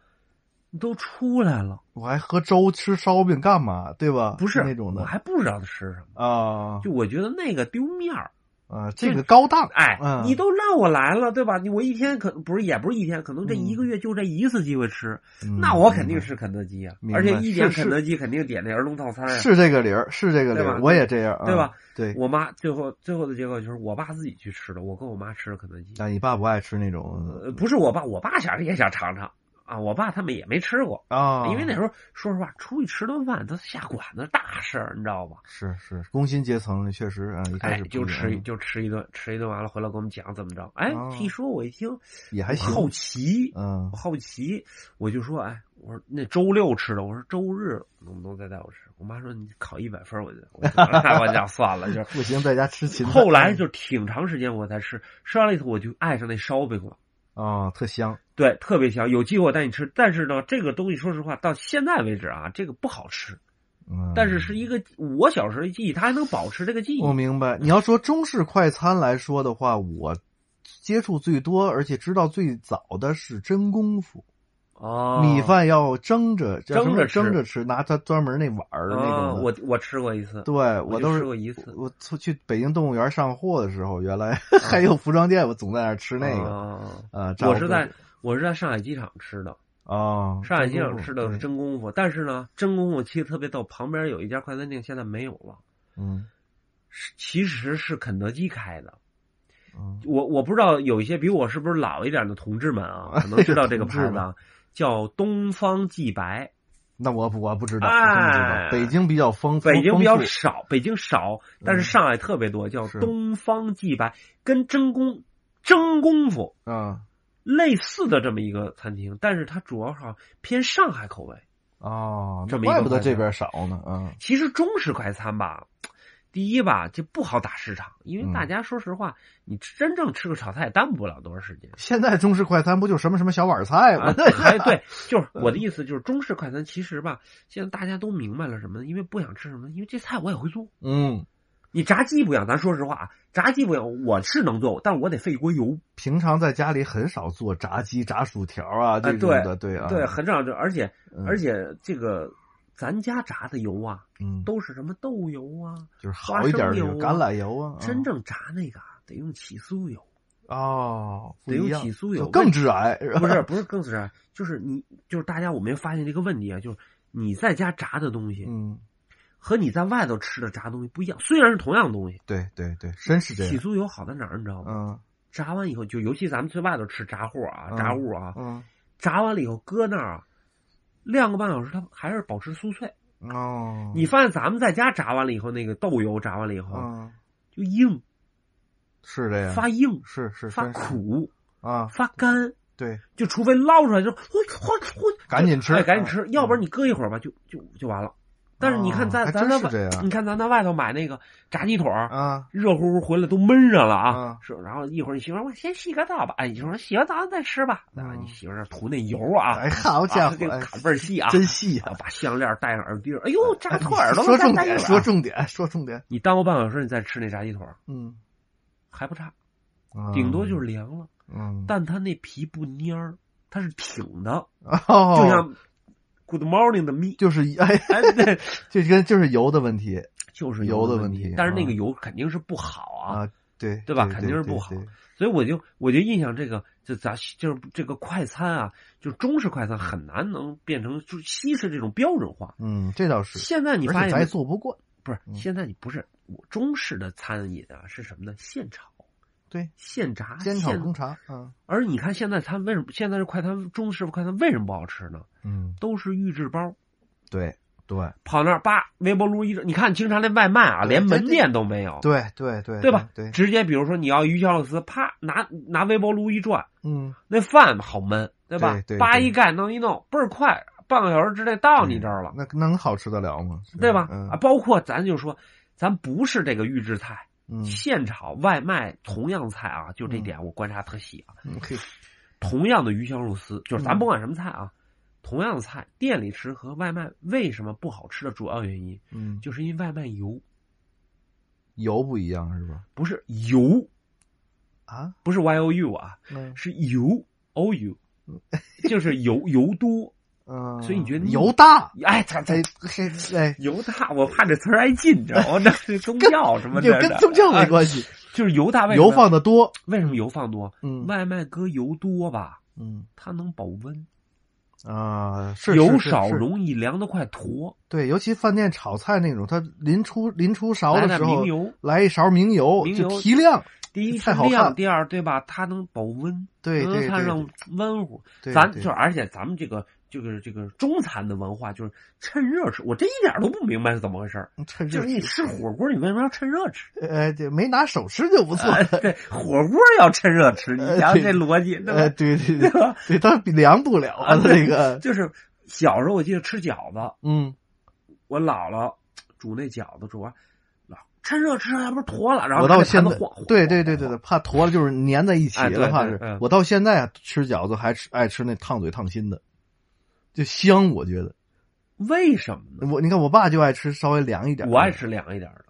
你都出来了，我还喝粥吃烧饼干嘛？对吧？不是那种我的还不知道它吃什么，啊就我觉得那个丢面儿。啊，这个高档哎，嗯你都让我来了，对吧？你我一天可不是也不是一天，可能这嗯一个月就这一次机会吃，嗯那我肯定是肯德基啊明，白而且一点是是肯德基肯定点那儿童套餐啊。是这个理儿，是这个理对吧儿，我也这样，对吧啊？对，我妈最后最后的结果就是我爸自己去吃的，我跟我妈吃的肯德基。那你爸不爱吃那种呃，不是我爸，我爸想也想尝尝啊，我爸他们也没吃过，啊？呃因为那时候说实话，出去吃顿饭都下馆子大事儿，你知道吧？是是工薪阶层，确实啊，一开哎始，就不吃嗯就吃一顿，吃一顿完了回来给我们讲怎么着。哎哦，一说我一听也还行，好奇，嗯我，好奇，我就说，哎，我说那周六吃的，我说周日能不能再带我吃？我妈说你考一百分儿，我就我就我讲算了， 就是。不行，在家吃芹菜。后来就挺长时间我才吃，吃完了以后我就爱上那烧饼了，啊，特香，对，特别香。有机会我带你吃，但是呢，这个东西说实话到现在为止啊，这个不好吃，嗯，但是是一个我小时候的记忆，它还能保持这个记忆。我明白，你要说中式快餐来说的话，我接触最多，而且知道最早的是真功夫，哦，米饭要蒸着，叫什蒸么着吃蒸着吃，拿它专门那碗儿那啊，种的。我我吃过一次，对我就都是吃过一次我出去北京动物园上货的时候，原来 还有服装店，我总在那儿吃那个。啊呃，炸我火是锅在我是在上海机场吃的。啊，上海机真场功夫吃的是，对真功夫，但是呢，真功夫其实特别逗。旁边有一家快餐店，现在没有了，嗯是其实是肯德基开的。嗯，我我不知道有一些比我是不是老一点的同志们啊，可能知道这个牌子 啊，叫东方既白。那我不我不知道，哎我真不知道。北京比较丰，北京比较丰富少，北京少，但是上海特别多，叫嗯是东方既白，跟真功真功夫啊类似的这么一个餐厅，但是它主要好像偏上海口味。哦，这么一个怪不得这边少呢，嗯其实中式快餐吧，第一吧就不好打市场，因为嗯大家说实话，你真正吃个炒菜也耽误不了多长时 间。现在中式快餐不就什么什么小碗菜啊吗？，还对，就是我的意思就是中式快餐其实吧，现在大家都明白了什么，因为不想吃什么，因为这菜我也会做。 嗯，你炸鸡不一样，咱说实话啊，炸鸡不一样，我是能做，但我得费一锅油。平常在家里很少做炸鸡、炸薯条啊这种的，对啊，哎对，很少就，而且嗯而且这个咱家炸的油啊，嗯，都是什么豆油啊，就是好一点的花生油啊橄榄油啊，啊真正炸那个啊得用起酥油。哦，不得一有样起诉有就 更啊致癌，是吧不是不是更自然，就是你就是大家我没发现这个问题啊，就是你在家炸的东西 嗯，和你在外头吃的炸东西不一样，虽然是同样东西，对对对，真是这起样。酥油好在哪儿你知道吗？嗯炸完以后就尤其咱们去外头吃炸货啊嗯炸物啊，嗯炸完了以后搁那儿啊晾个半小时，它还是保持酥脆。哦，你发现咱们在家炸完了以后，那个豆油炸完了以后啊嗯就硬是这样，发硬是是发真是苦啊，发干。对，就除非捞出来就嚯嚯嚯，赶紧吃哎，赶紧啊吃，要不然你搁一会儿吧，就就就完了。但是你看哦咱还咱真在是这外，样你看咱在外头买那个炸鸡腿儿，啊，热乎乎回来都闷上了啊嗯。是，然后一会儿你媳妇儿我先洗个澡吧，哎，你说洗个澡再吃吧。啊，嗯你媳妇儿涂那油啊，哎，好家啊伙，这个哎卡倍儿细啊，真细啊啊！ 把项链戴上耳钉儿，哎呦，炸哎兔 你耳朵了，说再重戴一点，会儿说啊重点，说重点，你耽误半小时，你再吃那炸鸡腿儿嗯，还不差，顶多就是是凉了，嗯，但它那皮不蔫儿，它是挺的。哦，就像 Good Morning 的咪，就是哎，哎， 对，这跟就是油的问题就是油的问问题但是那个啊油肯定是不好啊，啊，对对吧肯定是不好对对所以我就我就印象这个，就咱就是这个快餐啊，就中式快餐很难能变成就西式这种标准化。嗯，这倒是，现在你而发且咱现也做不惯，不是嗯现在你不是我中式的餐饮啊是什么呢？现炒、对，现炸、煎炒啊现烹茶，嗯而你看现在餐为什么现在这快餐中式快餐为什么不好吃呢？嗯，都是预制包。对对跑那儿叭，微波炉一热，你看经常那外卖啊，对连对门对店都没有，对对对，对吧？对，直接比如说你要鱼香肉丝，啪拿拿微波炉一转，嗯，那饭好焖，对吧对？对叭对一盖弄一弄，倍儿快，半个小时之内到你这儿了，那能好吃得了吗？对吧？嗯啊，包括咱就说，咱不是这个预制菜，嗯，现炒外卖同样菜啊，就这点我观察特细啊，嗯嘿同样的鱼香肉丝，就是咱嗯甭管什么菜啊。同样的菜，店里吃和外卖为什么不好吃的主要原因，嗯，就是因为外卖油油不一样是吧？不是油，啊，不是 y o u 啊，嗯是油 o u，就是油油多。嗯，所以你觉得腻油大？哎，他他哎嘿哎，油大，我怕这词儿挨近，你知道吗？这这宗教什么就的，跟宗教没系。关系，就是油大为什么油放的多，为什么油放多？嗯外卖搁油多吧，嗯它能保温。啊，是油是是少是容易凉得快坨。对，尤其饭店炒菜那种，它临出临出勺来的点时候明，油，来一勺明油，明油就提亮。第一是太好看亮，了第二对吧？它能保温，对能对看对上温乎。对，嗯咱对就是，而且咱们这个这个这个中餐的文化就是趁热吃，我这一点都不明白是怎么回事儿。趁就是热你吃火锅，你为什么要趁热吃？呃，对，没拿手吃就不错。哎 对，火锅要趁热吃，你想想这逻辑，对呃，吧？对对对对，吧？对，它比凉不了啊啊，对这个，就是小时候我记得吃饺子，嗯，我姥姥煮那饺子煮完，老趁热吃，要不是坨了，然后我拿到那现盘子在晃，晃，对对对晃对对，，怕坨了就是粘在一起哎对了，怕对是嗯。我到现在啊吃饺子还吃爱吃那烫嘴烫心的，就香，我觉得。晃为什么呢？我你看，我爸就爱吃稍微凉一点。我爱，吃凉一点的，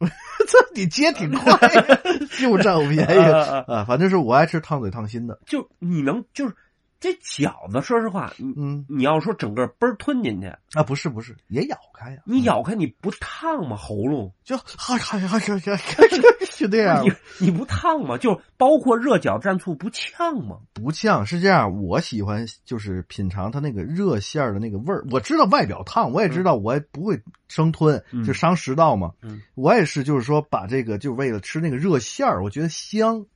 这你接挺快呀，又占我便宜啊啊啊！反正是我爱吃烫嘴烫心的。就你能就是这饺子，说实话，你嗯你要说整个嘣儿吞进去，啊，不是不是，也咬开呀、你咬开你不烫吗？喉咙就哈哈哈哈哈，就这样你。你不烫吗？就包括热饺蘸醋不呛吗？不呛是这样，我喜欢就是品尝它那个热馅儿的那个味儿。我知道外表烫，我也知道我也不会生吞，嗯就伤食道嘛。嗯我也是，就是说把这个，就是为了吃那个热馅儿，我觉得香。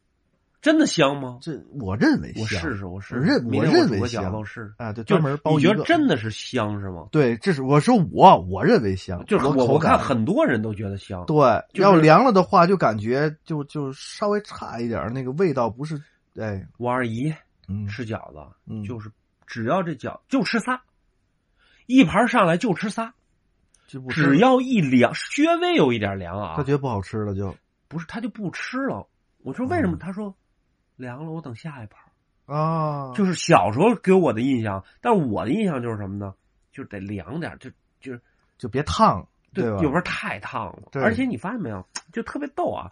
真的香吗？这我认为香。我试试，我试试我认。明我天认煮为个饺香子我试试。啊，对，就专门包你觉一得个真的是香是吗？对，这是我说我我认为香，就是我我口我看感很多人都觉得香，对，就是要凉了的话，就感觉就就稍微差一点儿，那个味道不是哎，我二姨嗯，吃饺子，嗯就是只要这饺就吃仨，一盘上来就吃仨，就不吃只要一凉，稍微有一点凉他啊觉，得不好吃了就不是他就不吃了。我说为什么？嗯他说凉了，我等下一盘。啊，就是小时候给我的印象，但是我的印象就是什么呢？就是得凉点儿，就就是就别烫，对，吧？有时候太烫了。对而且你发现没有，就特别逗啊！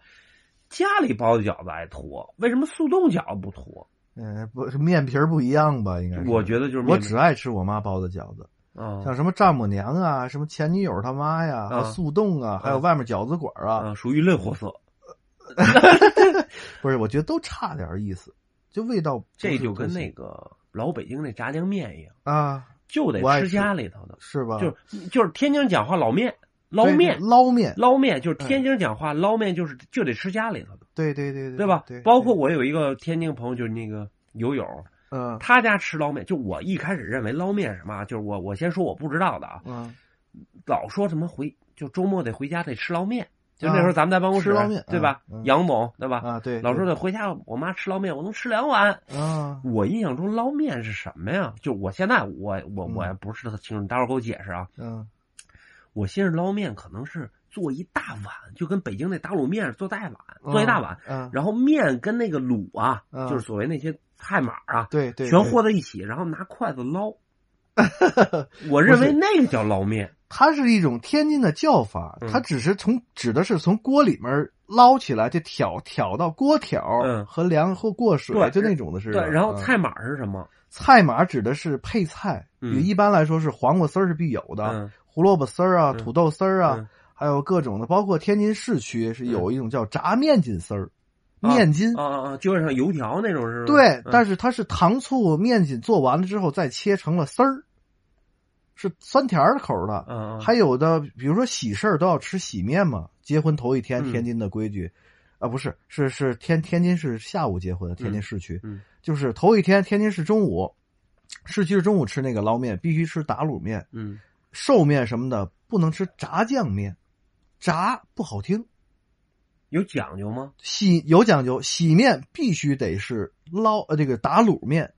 家里包的饺子爱坨，为什么速冻饺子不坨？嗯，不是面皮儿不一样吧？应该是我觉得就是我面只爱吃我妈包的饺子，啊像什么丈母娘啊，什么前女友他妈呀，还有啊速冻啊，还有啊外面饺子馆儿啊，啊，属于类货色。不是，我觉得都差点意思，就味道不这是就特跟行那个老北京那炸酱面一样，啊，就得我爱吃吃家里头的，是吧？就是就是天津讲话老面捞对面捞面，捞面，就是天津讲话捞面就是就得吃家里头的，对对对对，吧对，？包括我有一个天津朋友，就是那个友友，嗯他家吃捞面，就我一开始认为捞面是什么啊，就是我我先说我不知道的啊，嗯，老说什么回就周末得回家得吃捞面，就啊那时候咱们在办公室吃捞面对吧嗯嗯？杨总对吧？啊，对，老说对得回家我妈吃捞面，我能吃两碗。啊，我印象中捞面是什么呀？就我现在我我嗯我也不是特清楚，你待会儿给我解释啊。嗯我先是捞面可能是做一大碗，就跟北京那打卤面是做大碗，做一大碗，，嗯，然后面跟那个卤啊，嗯就是所谓那些菜码啊，对对，全对和在一起，然后拿筷子 捞。我认为那个叫捞面，它是一种天津的叫法，嗯它只是从指的是从锅里面捞起来，就挑挑到锅挑嗯和凉或过水对，就那种的是对吧。。然后嗯菜码是什么？菜码指的是配菜，嗯一般来说是黄瓜丝儿是必有的，嗯胡萝卜丝儿啊、嗯土豆丝儿嗯啊，还有各种的，包括天津市区是有一种叫炸面筋丝儿，啊面筋。啊啊啊，就像油条那种是吗？对，嗯但是它是糖醋面筋做完了之后再切成了丝儿，是酸甜儿口儿的。嗯，嗯还有的，比如说喜事儿都要吃喜面嘛，结婚头一天嗯天津的规矩，啊不是，是是天天津是下午结婚，天津市区，嗯就是头一天天津是中午，市区是中午吃那个捞面，必须吃打卤面、嗯寿面什么的，不能吃炸酱面，炸不好听。有讲究吗？洗有讲究，洗面必须得是捞呃这个打卤面，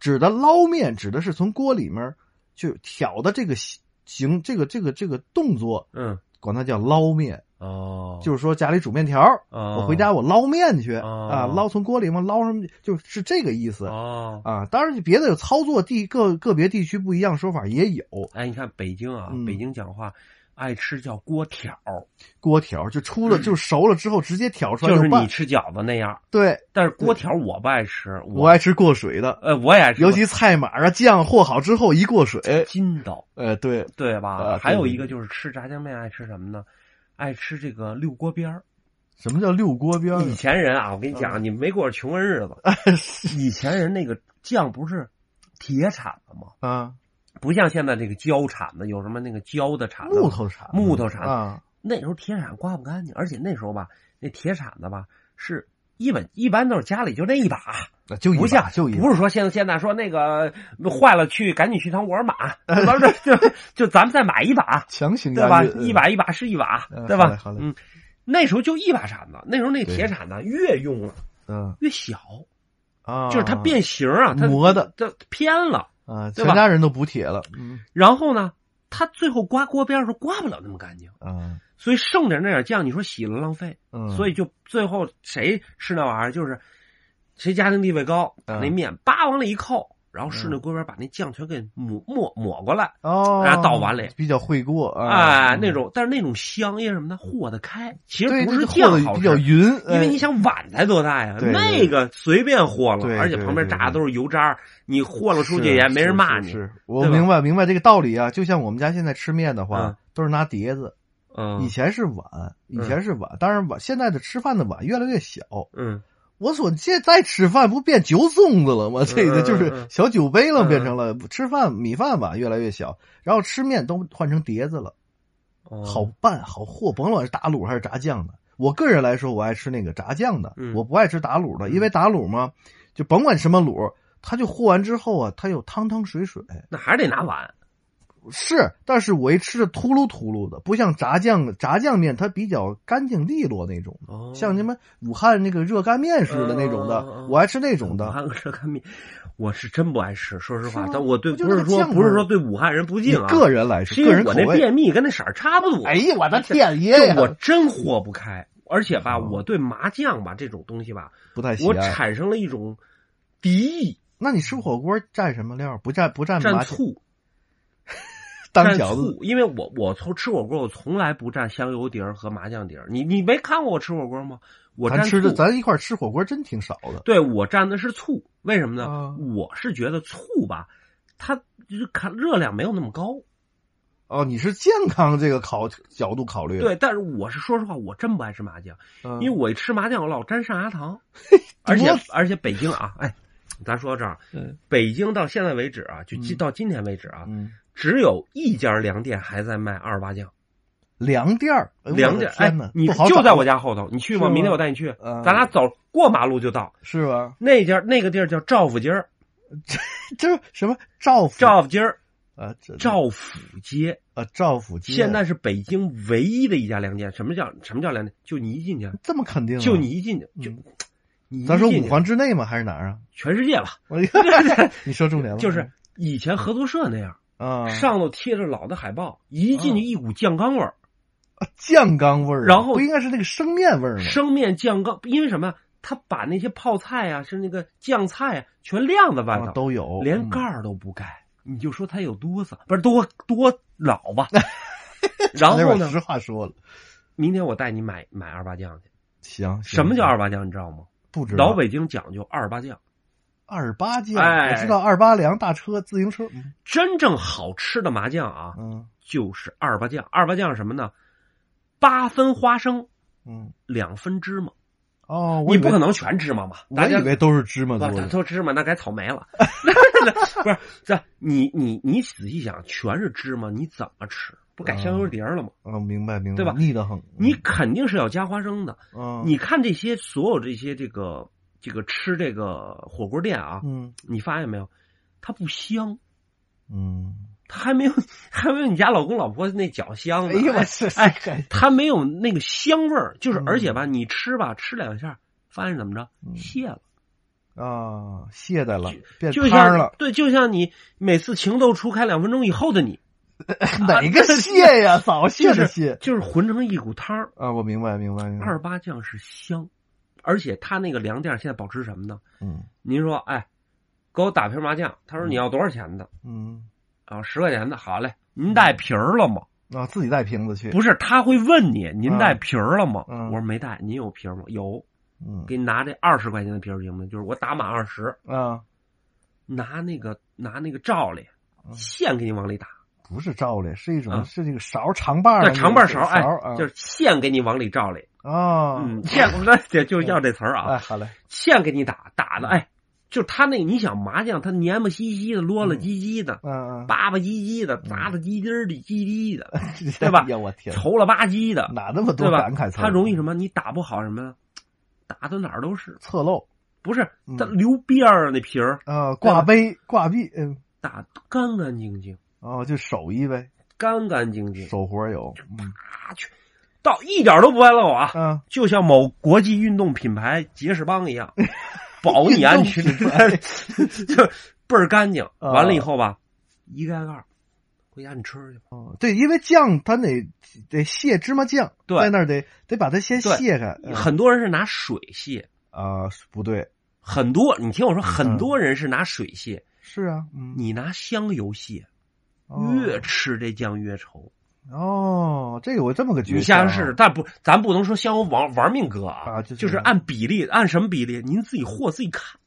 指的捞面指的是从锅里面就挑的这个形形这个这个这个动作，嗯管它叫捞面，哦，就是说家里煮面条，哦我回家我捞面去、哦啊，捞从锅里面捞什么就是这个意思、哦。啊。当然别的有操作地个个别地区不一样说法也有，哎，你看北京啊，嗯北京讲话爱吃叫锅挑儿，锅条就出了、就熟了之后直接挑出来就是拌你，吃饺子那样。对但是锅条儿我不爱吃，我爱吃过水的。呃我也爱吃，尤其菜码啊，酱和好之后一过水，筋道，呃，对，哎对吧？啊对还有对一个对就是吃炸酱面爱吃什么呢？爱吃这个溜锅边儿。什么叫六锅边儿以前人啊，我跟你嗯讲，你没过上穷人日啊子。以前人那个酱不是铁铲子吗？啊？不像现在这个胶铲子，有什么那个胶的铲子，木头铲，木头铲子啊，那时候铁铲刮不干净，而且那时候吧，那铁铲子吧是一本一般都是家里就那一把，那就一不把像就一把不是说现在现在说那个坏了去赶紧去趟沃尔玛， 完了就就就咱们再买一把，强行对押吧？韵一把一把是一把，嗯对好嘞吧好？嘞嗯，那时候就一把铲子，那时候那铁对铲子越用了嗯越小，啊，就是它变形啊，它磨的它偏了，啊，对全吧家人都补铁了，嗯然后呢，它最后刮锅边儿的时候刮不了那么干净，啊所以剩着那点酱，你说洗了浪费。嗯，所以就最后谁吃那玩意儿，就是谁家庭地位高，把嗯那面叭往里一扣，然后顺着锅边把那酱全给抹抹抹过来，哦，然后倒碗里比较会过啊，哎，嗯那种但是那种香，因为什么呢？和得开，其对实不这是个酱和的好比吃较，匀，因为你哎想碗才多大呀，对对那个随便和对了，而且对旁边对炸的对都是油渣儿，你和了出去也是没人骂你是是，是我对吧明白明白这个道理啊，就像我们家现在吃面的嗯话，都是拿碟子，以嗯前是碗，以前是碗，当然碗现在的吃饭的碗越来越小，嗯我所现在吃饭不变酒粽子了吗？这个嗯就嗯是嗯小酒杯了，嗯变成了吃饭米饭碗越来越小，然后吃面都换成碟子了，哦好拌好和，甭管是打卤还是炸酱的。我个人来说，我爱吃那个炸酱的嗯，我不爱吃打卤的，因为打卤嘛，就甭管什么卤，它就和完之后啊，它有汤汤水水。那还是得拿碗，是，但是我一吃的秃噜秃噜的，不像炸酱炸酱面，它比较干净利落那种，哦像什么武汉那个热干面似的那种嗯嗯嗯的，嗯我爱吃那种的武。汉热干面，我是真不爱吃，说实是话吗，但我对不就不那是个说酱味不是儿说对武汉人不你敬啊，个人来说，是因个为人我口那味。便秘跟那色儿差不多。哎呀，我的天爷呀就！我真和不开，而且吧，哦我对麻酱吧这种东西吧，不太喜我爱。产生了一种敌意，那你吃火锅蘸什么料？不蘸不蘸麻蘸酱，醋，当蘸饺子醋，因为我我从吃火锅，我从来不蘸香油碟儿和麻酱碟儿。你你没看过我吃火锅吗？我咱蘸吃的，醋，咱一块儿吃火锅真挺少的。对我蘸的是醋，为什么呢啊？我是觉得醋吧，它就是看热量没有那么高。哦，你是健康这个考角度考虑，，对，但是我是说实话，我真不爱吃麻酱，嗯、因为我一吃麻酱，我老沾上牙 糖，而且而且北京啊，哎，咱说到这儿，啊嗯北京到现在为止啊，就今嗯到今天为止啊，嗯，只有一家凉店还在卖二十八酱，凉店儿，哎呦凉我的店哎天哪，，你不好就找在我家后头，你去吗？是吗明天我带你去，嗯咱俩走过马路就到。是吧？那家那个地儿叫赵府街儿，这什么赵府赵府街儿，啊这赵府街，啊赵府街，现在是北京唯一的一家凉店。什么叫什么叫凉店？就你一进去，这么肯定啊，就你一进去，就嗯你一咱说进五去环之内吗？还是哪儿啊？全世界吧，我 你说重点了，就是以前合作社那样，啊，上头贴着老的海报，一嗯进去一股酱缸味儿，酱缸味儿啊，然后不应该是那个生面味儿吗？生面酱缸，因为什么？他把那些泡菜啊，是那个酱菜啊，全晾在外啊头，都有，连盖嗯儿都不盖，你就说他有多丧，不是多多老 吧？然那会后儿呢实，话说了，明天我带你买买二八酱去。行，行什么叫行二八酱？你知道吗？不知道老北京讲究二八酱，二八酱，哎我知道二八粮大车、自行车，嗯真正好吃的麻酱啊，嗯就是二八酱。二八酱是什么呢？八分花生，嗯，两分芝麻。哦，我你以不为可，能全芝麻吧？我大家以为都是芝麻不做他的，都芝麻，那该草莓 了。 不是，这你你你仔细想，全是芝麻，你怎么吃？不改香油碟儿了吗？嗯，明白明白，对吧腻得很，你肯定是要加花生的。嗯，你看这些所有这些这个这个吃这个火锅店啊，嗯你发现没有，它不香，嗯，它还没有还没有你家老公老婆那脚香哎呢。呦我是哎哎，它没有那个香味儿，就是嗯而且吧，你吃吧，吃两下，发现怎么着，嗯谢了，啊，懈怠了，变就摊儿像了，对，就像你每次情窦初开两分钟以后的你，哪个懈呀？早啊就泄的是泄就是混成一股汤儿。啊！我明白明白明白，二八酱是香，而且它那个凉店现在保持什么呢？嗯您说，哎，给我打瓶麻酱，他说嗯你要多少钱的？嗯，啊，十块钱的，好嘞。您带瓶儿了吗？啊，自己带瓶子去，不是，他会问你，您嗯带瓶儿了吗？嗯我说没带，您有瓶儿吗？有，嗯给你拿这二十块钱的瓶儿行吗？就是我打满二十，啊，拿那个拿那个罩里，嗯线给你往里打，不是罩里，是一种啊是那个勺长把儿的对，那长个瓣勺，勺，哎，啊就是线给你往里罩里，啊，嗯，线，我们这就要这词儿哎，嗯啊，好嘞，线给你打，打的，哎，就他那，你想麻酱，他黏不唧唧的，啰了嗯唧唧的，嗯嗯，叭叭唧唧的，砸的唧唧儿的唧唧的， 对哎吧 呀，我天，稠了吧唧的，哪那么多对吧感慨？词儿？嗯它容易什么？你打不好什么呀？打到哪儿都是，侧漏不是嗯它留边儿上那皮儿啊，挂杯挂壁，嗯，打得干干净净，哦，就手艺呗，干干净净，手活儿有，嗯啊去，到一点儿都不外露啊，啊，就像某国际运动品牌杰士邦一 样，保你安全运动品牌， 就倍儿干净。啊完了以后吧，一盖盖儿，回家你吃去吧。哦，对，因为酱它得得卸芝麻酱，对在那儿得得把它先对卸开，嗯很多人是拿水卸，啊，不对，很多你听我说，很多人是拿水卸，是啊，嗯，你拿香油卸。哦越吃这酱越稠。哦，这个我这么个诀你窍，下试试，，但不，咱不能说香油玩玩命搁啊就就是是按比例，按什么比例，您自己和自己 看。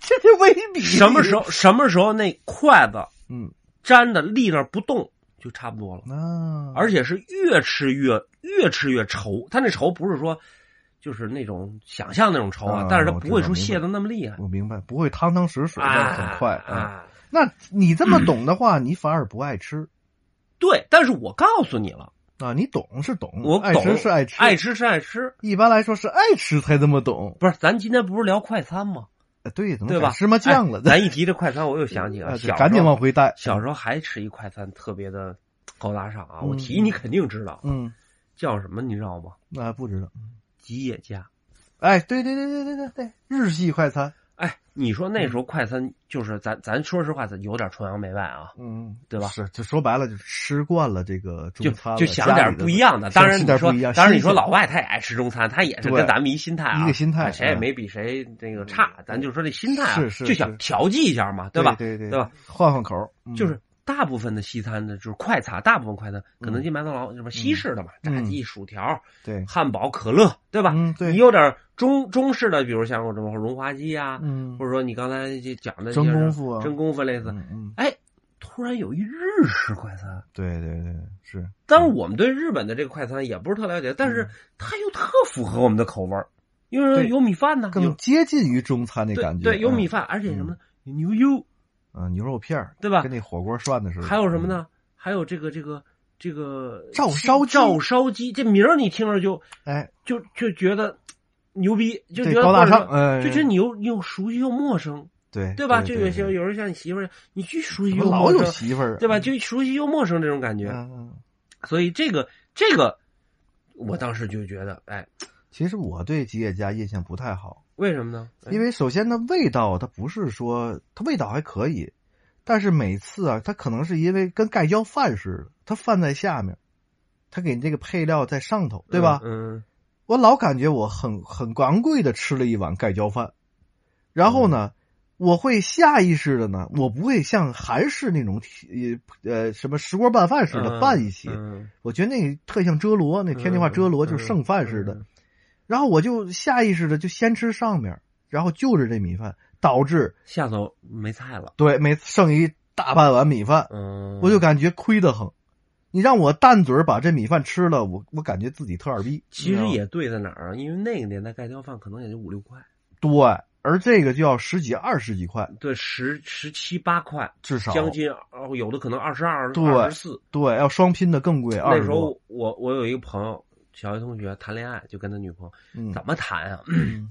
这是微比，什么时？候什么时候那筷子嗯，粘的立那儿不动，就差不多了。啊，而且是越吃越越吃越稠，它那稠不是说就是那种想象那种稠啊，啊但是它我不会知说道明白泄的那么厉害。我明白，不会汤汤水水，但是很快啊嗯嗯啊！那你这么懂的话，你反而不爱吃对，但是我告诉你了，啊？你懂是懂，我爱懂吃是爱吃，爱吃是爱吃，一般来说是爱吃才这么懂。不是？咱今天不是聊快餐吗？哎对，怎么对吧改？芝麻酱了？哎咱一提这快餐，我又想起了，啊对小时候赶紧往回带。小时候还吃一快餐，特别的高大上啊！嗯我提你肯定知道，嗯，叫什么你知道吗？那、不知道。吉野家。哎，对对对对对对对，日系快餐。哎，你说那时嗯候快餐就是咱咱说实话，咱有点崇洋媚外啊，嗯，对吧是，就说白了，就吃惯了这个就中餐了，就想点不一样的。家当然里想你点说不一样，当然你新说鲜老外他也爱吃中餐，他也是对跟咱们一心态啊，一个心态哎谁也嗯没比谁那个差，咱就说这心态啊，是是就想是调剂一下嘛，对吧？对对对吧？换换口儿，嗯就是大部分的西餐呢，就是快餐，大部分快餐肯德基、麦当劳什么西式的嘛，嗯炸鸡、薯条、对，汉堡、可乐，对吧？嗯对你有点中中式的，比如像什么荣华鸡啊，嗯或者说你刚才就讲的真就是功夫啊真功夫类似。嗯嗯哎，突然有一日式快餐。对对对，是但是我们对日本的这个快餐也不是特了解，但是它又特符合我们的口味儿，因为嗯对有米饭呢，有更接近于中餐的感对觉。对，有嗯米饭，而且什么呢？有牛油，啊，牛肉片儿，对吧跟那火锅涮的似的。嗯还有什么呢？还有这个这个这个照烧鸡照烧鸡，这名儿你听着就嗯？哎，就就觉得牛逼，就觉对，得高大或者上，说嗯，就觉得你又又熟悉又陌生，对对吧？就对有些对有人像你媳妇儿，你既熟悉怎又么老陌有生，媳妇儿啊，对吧？就熟悉又陌生这种感觉，嗯？嗯所以这个这个，我当时就觉得，哎，其实我对吉野家印象不太好，为什么呢？哎因为首先它味道，它不是说它味道还可以，但是每次啊，它可能是因为跟盖浇饭似的，它饭在下面，它给你这个配料在上头，对吧？嗯，我老感觉我很很昂贵的吃了一碗盖浇饭，然后嗯呢，我会下意识的呢，我不会像韩式那种呃呃什么石锅拌饭似嗯的拌一起，嗯我觉得那个特像遮罗，那天津话遮罗就是剩饭似的。嗯嗯然后我就下意识的就先吃上面，然后就着这米饭，导致下头没菜了，对每次剩一大半碗米饭，嗯，我就感觉亏得很。你让我淡嘴儿把这米饭吃了，我我感觉自己特二逼。其实你知也对在哪儿啊？因为那个年代盖浇饭可能也就五六块，道吗对，而这个就要十几二十几块对，十十七八块，至少，将近哦，有的可能二十二、对二十四。对，要双拼的更贵。那二时十候我我有一个朋友，小学同学谈恋爱，就跟他女朋友嗯怎么谈啊？ 嗯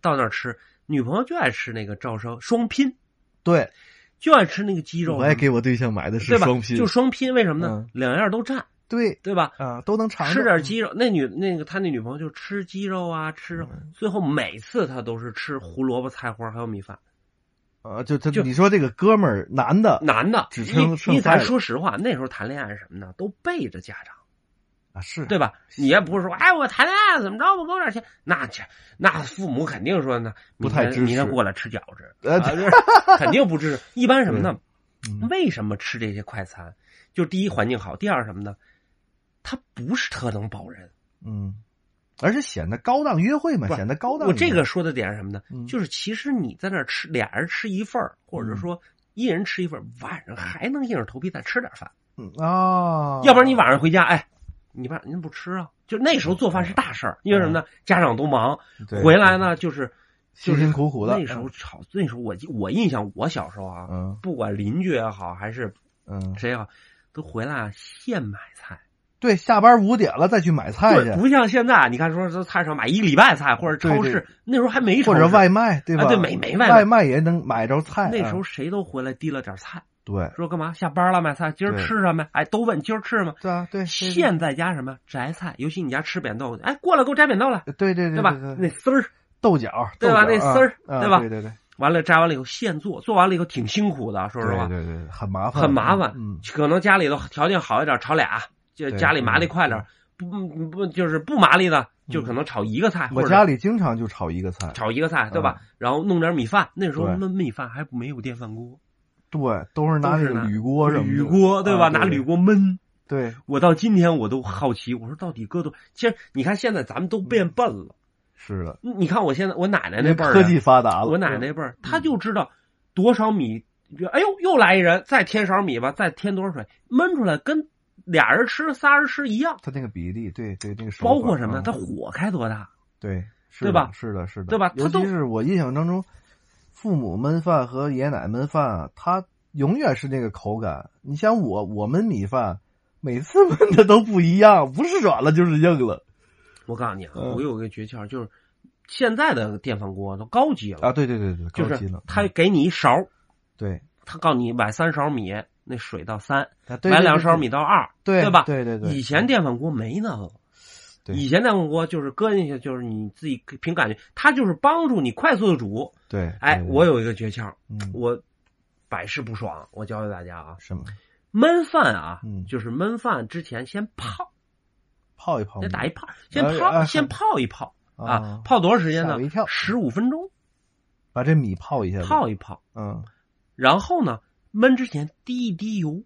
到那儿吃，女朋友就爱吃那个照烧双拼， 对，就爱吃那个鸡肉，我也给我对象买的是对吧双？拼，就双拼，为什么呢嗯？两样都蘸，对对吧？啊，都能尝着吃点鸡肉，那女那个他那女朋友就吃鸡肉啊，吃肉，嗯最后每次他都是吃胡萝卜、菜花还有米饭。啊，就他就你说这个哥们儿男的男的，只因称为剩因为咱菜说实话，那时候谈恋爱是什么呢？都背着家长，啊是对吧？你也不是说，哎，我谈恋爱怎么着，我给我点钱，那这那父母肯定说呢，不太明天支持明天过来吃饺 子，呃啊就是肯定不支持。一般什么呢？ 嗯为什么吃这些快餐？就第一环境好，第二什么呢？它不是特能保人。嗯，而且显得高档约会嘛，不显得高档一我点。这个说的点是什么呢？嗯就是其实你在那儿吃，俩人吃一份儿，或者说一人吃一份儿，晚上还能硬着头皮再吃点饭。嗯啊，要不然你晚上回家，哎，你爸您不吃啊？就那时候做饭是大事儿，因为什么呢？家长都忙，嗯对回来呢就是就辛是辛苦苦的那时候吵，那时候我记我印象，我小时候啊，嗯不管邻居也好，还是嗯，谁也好，都回来现买菜。对，下班五点了再去买菜对，去，不像现在，你看说这菜市场买一个礼拜菜，或者超对对市那时候还没超或市，者外卖对吧？啊对没没外外卖卖也能买着菜啊。那时候谁都回来提了点菜，对说干嘛下班了买菜，今儿对吃什么呀？哎，都问今儿吃什么。对啊对，对对现在家什么摘菜，尤其你家吃扁豆，哎，过来给我摘扁豆来，对对对吧对？那对丝儿豆角对吧豆角那丝儿啊啊对吧对对对完了摘完了以后现做，做完了以后挺辛苦的，说实对话，对对，很麻烦很麻烦。嗯，可能家里头条件好一点，炒俩，就对家里麻利嗯快点儿，不不不就是不麻利的，就嗯可能炒一个菜，或我者家里经常就炒一个菜，炒一个菜，对吧？然后弄点米饭，那时候对焖米饭还没有电饭锅，对，都是拿都那是个拿铝锅什么的铝锅对吧？啊拿铝锅焖。对我到今天我都好奇，我说到底搁多？其实你看现在咱们都变笨了，是的，你看我现在我奶奶因为哎那辈儿科人，技发达了，我奶奶辈儿，她就知道多少米，就哎呦，又来一人，再添勺米吧，再添多少水，焖出来跟俩人吃、仨人吃一样。它那个比例，对对，那个手包括法什么呢？嗯它火开多大？对，是对的吧是的，是的，对吧尤他都其是我印象当中，父母焖饭和爷爷奶奶焖饭啊，它永远是那个口感。你像我，我焖米饭，每次焖的都不一样，不是软了就是硬了我告诉你啊，嗯我有一个诀窍，就是现在的电饭锅都高级了，啊！对对对对，就高级是了，他嗯给你一勺，对。他告诉你买三勺米，那水到三，啊对买对两对勺对米到二，对吧？对对对，以前电饭锅没那个。对以前电饭锅就是搁进去，就是你自己凭感觉，它就是帮助你快速的煮。对，哎，对对我有一个诀窍，嗯我百试不爽，我教教大家啊，什么焖饭啊，嗯就是焖饭之前先泡，泡一泡先米打一泡，先哎泡，哎先泡一泡啊啊，，泡多长时间吓呢我一跳？十五分钟，把这米泡一下子，泡一泡，嗯然后呢，焖之前滴一滴油，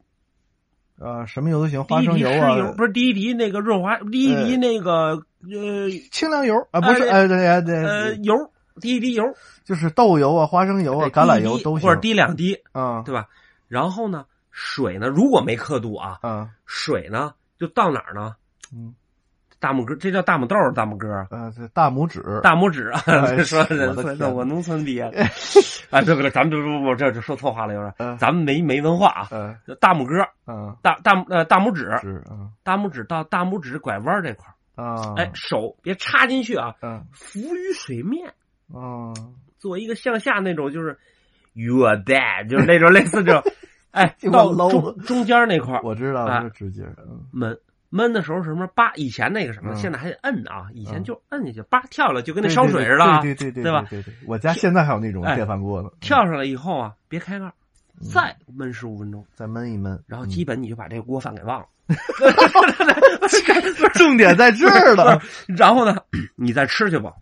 啊，什么油都行，滴花一生滴油食啊，哎油，不是滴一滴那个润滑，滴一滴那个呃清凉油啊，不是，哎哎对对对，呃油，滴一滴油，就是豆油啊、花生油啊、哎橄榄滴一油滴都行，或者滴两滴，啊，对吧？然后呢，水呢，如果没刻度啊，啊，水呢就到哪儿呢？嗯大拇哥，这叫大拇豆儿，大拇哥，呃，这大拇指，大拇指啊！哎说我的天这我农村毕业 的啊，对不对？咱们这不不这这说错话了，有点，呃，咱们没没文化啊。呃，大拇哥，嗯，大大拇呃大拇指，指，嗯大拇指到大拇指拐弯儿这块儿，啊，哎，，手别插进去啊，嗯，浮于水面，哦，做一个向下那种，就是 you are dead，就是那种类似这 种，哎这，么到 low 中中间那块儿我知道，哎这是指节，嗯闷闷的时候什么叭，以前那个什么，嗯现在还得摁啊，以前嗯就摁下去，叭跳了，就跟那对烧对水对似的啊，对对对对吧对对，我家现在还有那种哎电饭锅呢，跳上来以后啊，别开盖儿，再焖十五分钟，再焖一焖，然后嗯 基本你就把这个锅饭给忘了。重点在这儿了，然后呢，你再吃去吧，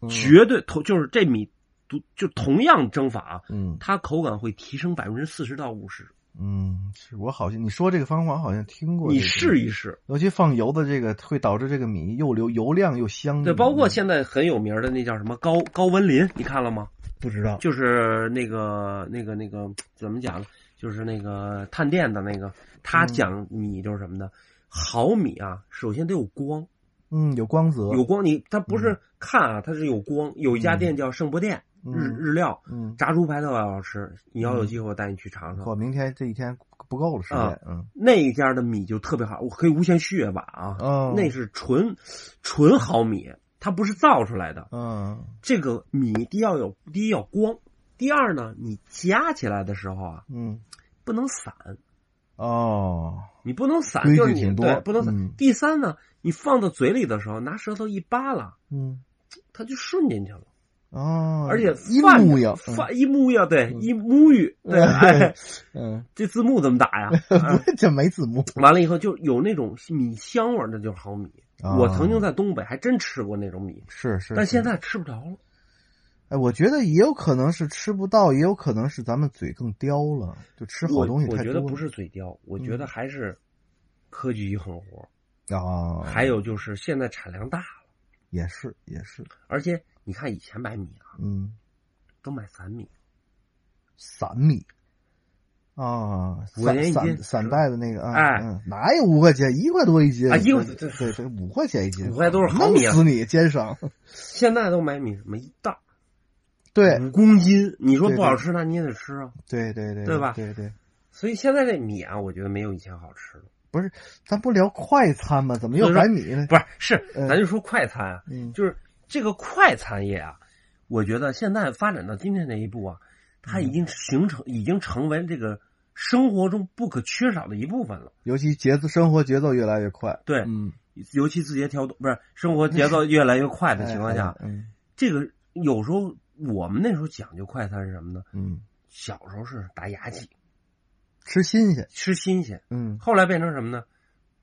嗯绝对同就是这米独就同样蒸法啊，嗯它口感会提升百分之四十到五十，嗯，是我好像你说这个方法我好像听过，你试，一试。尤其放油的这个会导致这个米又流油量又香，对，包括现在很有名的那叫什么高高文林，你看了吗？不知道，就是那个那个那个怎么讲，就是那个探店的那个，他嗯讲米就是什么呢？好米啊，首先得有光，嗯，有光泽，有光你它不是看啊，它是有光。有一家店叫盛博店，日嗯日料嗯，炸猪排特别好吃，你要有机会我带你去尝尝。我明天这一天不够了时啊间，嗯那一家的米就特别好，我可以无限续碗啊，哦那是纯纯好米，它不是造出来的。嗯这个米第一要有第一要光，第二呢，你夹起来的时候啊嗯，不能散，哦，你不能散，规矩就是你挺多对不能散。嗯第三呢，你放到嘴里的时候，拿舌头一扒拉，嗯。它就顺进去了。哦，而且一嗯饭木呀，发一沐浴啊，对，一沐 浴，对，哎嗯，这字幕怎么打呀？嗯，啊 这没字幕。完了以后就有那种米香味儿，那就是好米。啊我曾经在东北还真吃过那种米，是是，但现是在吃不着了。哎，我觉得也有可能是吃不到，也有可能是咱们嘴更刁了，就吃好我东西我太多觉了。嗯得不是嘴刁，我觉得还是科技一狠活儿，啊，还有就是现在产量大了，也是也是，而且你看以前买米啊，嗯，都买散米，散米啊，五块钱散一散斤散袋的那个啊，哎嗯，哪有五块钱？一块多一斤啊一块对对对对，五块钱一斤，五块都是好米啊弄死你奸商！现在都买米什么一袋儿对五公斤，你说对不好对吃，那你也得吃啊。对对对，对吧对对，所以现在这米啊，我觉得没有以前好吃了。咱不聊快餐吗？怎么又所以说改米了？不是，是嗯咱就说快餐啊，嗯，就是这个快餐业啊，我觉得现在发展到今天这一步啊，它已经形成，已经成为这个生活中不可缺少的一部分了。尤其节奏生活节奏越来越快，对，嗯，尤其字节跳动不是生活节奏越来越快 的情况下，哎，哎嗯这个有时候我们那时候讲究快餐是什么呢？嗯，小时候是打牙祭，吃新鲜，吃新鲜，嗯后来变成什么呢？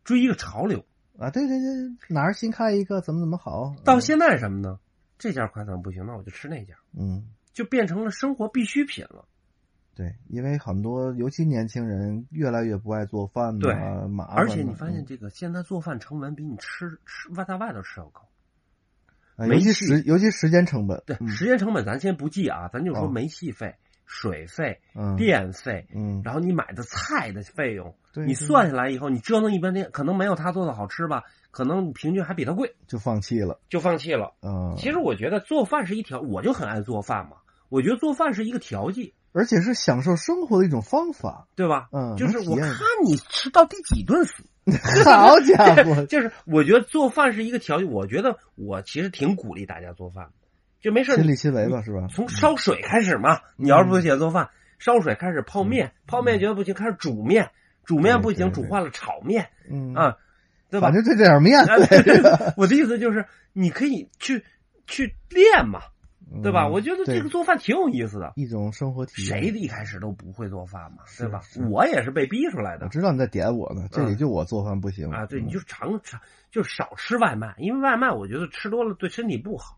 追一个潮流。啊，对对对，哪儿新开一个怎么怎么好，到现在是什么呢？这家快餐不行，那我就吃那家，嗯，就变成了生活必需品了。对，因为很多尤其年轻人越来越不爱做饭对嘛，麻烦嘛，而且你发现嗯，这个现在做饭成本比你吃吃外在外头吃要高。啊没尤其戏时尤其时间成本，对，嗯时间成本咱先不计啊，咱就说哦煤气费、水费、嗯电费，嗯，然后你买的菜的费用，对你对算下来以后，你折腾一般店，可能没有他做的好吃吧，可能平均还比他贵，就放弃了，就放弃了。嗯，其实我觉得做饭是一条，我就很爱做饭嘛，我觉得做饭是一个调剂，而且是享受生活的一种方法，对吧？嗯，就是能体我验看你吃到第几顿死，，好家 伙就是我觉得做饭是一个调剂，我觉得我其实挺鼓励大家做饭的，就没事儿亲你力亲为吧，是吧？从烧水开始嗯嘛，你要是不写做饭，烧水开始泡面，泡面觉得不行，开始煮面，煮面不行，对对煮对坏了炒面嗯，啊，对吧反？正就这点面，啊对对对 我的意思就是你可以去去练嘛，对吧？嗯我觉得对这个做饭挺有意思的。一种生活体验，谁一开始都不会做饭嘛，是对吧是？我也是被逼出来我的知道你在点我呢，这里嗯就我做饭不行啊。对，嗯你就常常就少吃外卖，因为外卖我觉得吃多了对身体不 好。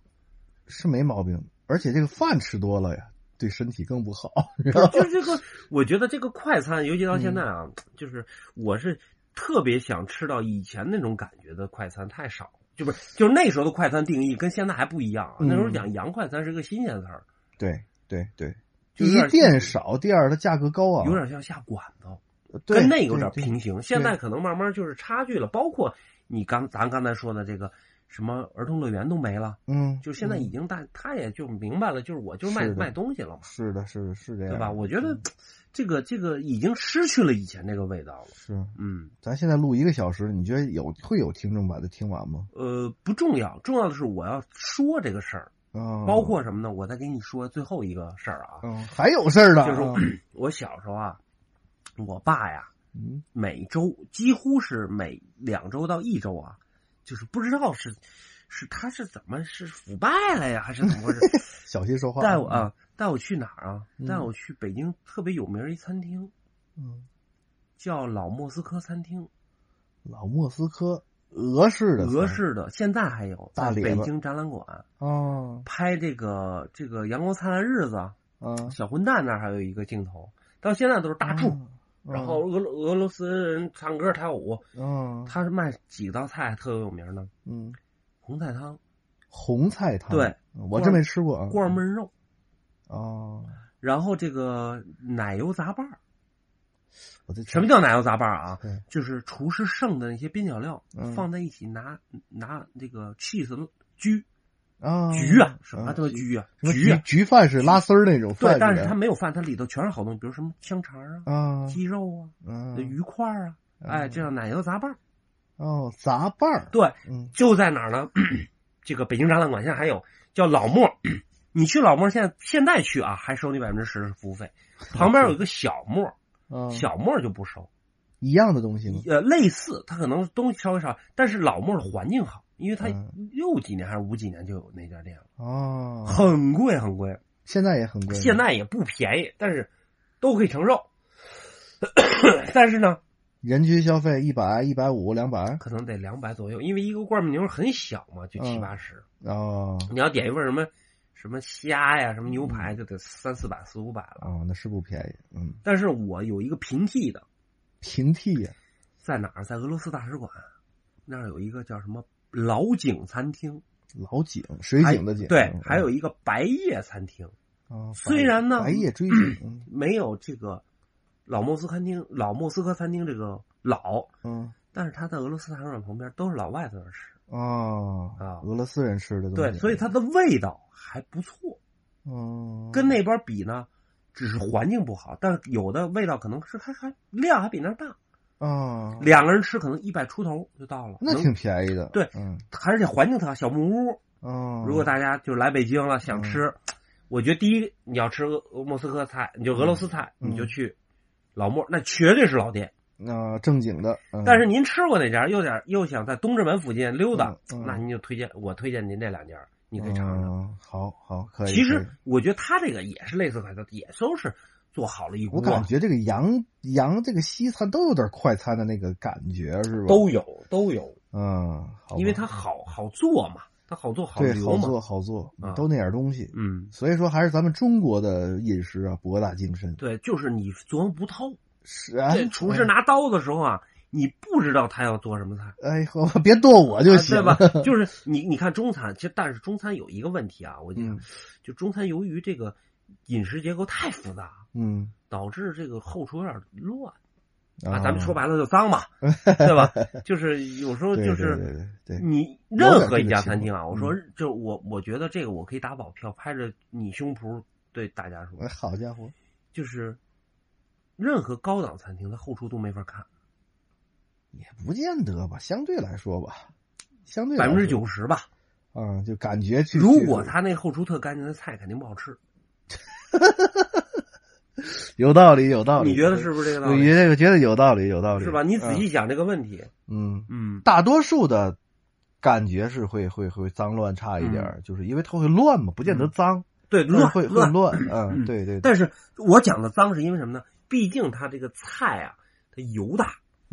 是没毛病，而且这个饭吃多了呀，对身体更不好。 就是这个，我觉得这个快餐，尤其到现在嗯啊，就是我是特别想吃到以前那种感觉的快餐，太少了。就不是，就是那时候的快餐定义跟现在还不一样啊。嗯那时候讲洋快餐是个新鲜词儿，对对对，就有第一点店少，第二它价格高啊，有点像下馆子。对跟那个有点对对平行。现在可能慢慢就是差距了，包括你刚咱刚才说的这个什么儿童乐园都没了，嗯，就现在已嗯经大、他也就明白了，就是我就是卖是的卖东西了嘛，是的，是的，是这样，对吧？我觉得嗯这个这个已经失去了以前那个味道了。是。嗯，咱现在录一个小时，你觉得有会有听众把它听完吗？呃，不重要，重要的是我要说这个事儿，啊，包括什么呢？我再给你说最后一个事儿啊，嗯，还有事儿呢，就是啊我 我小时候啊，我爸呀，嗯每周几乎是每两周到一周啊，就是不知道是是他是怎么是腐败了呀，还是怎么 回事？小心说话。带我啊，带我去哪儿啊？嗯带我去北京特别有名儿一餐厅，嗯，叫老莫斯科餐厅，老莫斯科俄式的菜，俄式的，现在还有大在列北巴京展览馆哦，拍这个这个《阳光灿烂日子》啊，小混蛋那儿还有一个镜头，到现在都是大柱。嗯，然后俄罗俄罗斯人唱歌跳舞，嗯，他是卖几道菜特别有名呢？嗯，红菜汤、红菜汤，对嗯，我真没吃过啊。罐焖肉，哦，然后这个奶油杂拌儿。我这什么叫奶油杂拌儿啊？对就是厨师剩的那些边角料嗯放在一起拿，拿那个 cheese 焗啊？焗啊，什嗯么他妈橘焗啊，什么焗焗啊。焗饭是拉丝儿那种饭对里边，，但是它没有饭，它里头全是好东西，比如什么香肠啊、啊，鸡肉啊、嗯鱼块儿啊，哎，嗯这样奶油杂拌儿。哦，杂拌儿，对，嗯就在哪儿呢？ 这个北京展览馆现在还有叫老莫，你去老莫现在现在去啊，还收你百分之十服务费。旁边有一个小莫，啊，小莫就不收，一样的东西吗？呃，类似，它可能东西稍微少，但是老莫的环境好，因为它嗯六几年还是五几年就有那家店了，哦，很贵很贵，现在也很贵吗，现在也不便宜，但是都可以承受。 但是呢，人均消费一百、一百五、两百，可能得两百左右，因为一个罐面牛很小嘛，就七嗯八十。哦你要点一份什么什么虾呀、什么牛嗯排，就得三四百、四五百了。哦，那是不便宜，嗯，但是我有一个平替的，平替呀，在哪儿？在俄罗斯大使馆那儿有一个叫什么老井餐厅，老井水还井的井，对嗯，还有一个白夜餐厅，哦白虽然呢白夜追景， 嗯没有这个老莫斯科餐厅、老莫斯科餐厅这个老，嗯但是他在俄罗斯大使馆旁边都是老外在那儿吃，哦啊俄罗斯人吃的东西，对，所以它的味道还不错，嗯跟那边比呢。只是环境不好，但是有的味道可能是还还量还比那儿大，啊，两个人吃可能一百出头就到了，那能挺便宜的，对嗯而且环境特好，小木屋。哦，如果大家就来北京了，想吃，我觉得第一你要吃俄莫斯科菜，你就俄罗斯菜，嗯你就去老莫，那绝对是老店。那正经的，嗯但是您吃过那家，又点又想在东直门附近溜达，嗯嗯那您就推荐我推荐您这两家，你可以尝尝。嗯好好可以，其可实以我觉得他这个也是类似快餐，也都是做好了一我锅，感觉这个洋洋这个西餐都有点快餐的那个感觉，是吧？都有都有，嗯，好吧因为它好好做嘛，它好做好对留好做嘛，好做啊，都那点东西。嗯。所以说，还是咱们中国的饮食啊，博大精深。对，就是你琢磨不透。是啊这，厨师拿刀的时候啊，你不知道他要做什么菜，哎，好吧别剁我就行啊对吧？ 就是你你看中餐，其实但是中餐有一个问题啊，我就想嗯，就中餐由于这个饮食结构太复杂，嗯导致这个后厨有点乱啊啊。咱们说白了就 脏嘛，对吧？就是有时候对就对是嗯对对对，你有点任何一家这个情餐厅啊，况嗯我说就我我觉得这个我可以打保票，拍着你胸脯对大家说哎，好家伙，就是任何高档餐厅的后厨都没法看。也不见得吧，相对来说吧，相对百分之来说九十吧。啊，就感觉去。如去果他那后厨特干净，那菜肯定不好吃。有道理，有道理，你觉得是？不是这个道我理？觉得觉得有道理，有道理，是吧？你仔细啊想这个问题，嗯。嗯，大多数的感觉是会会会脏乱差一点儿，就是因为它会乱嘛，不见得脏，对，但嗯是乱会会乱。乱，嗯，对对，对但是我讲的脏是因为什么呢？毕竟它这个菜啊，它油大。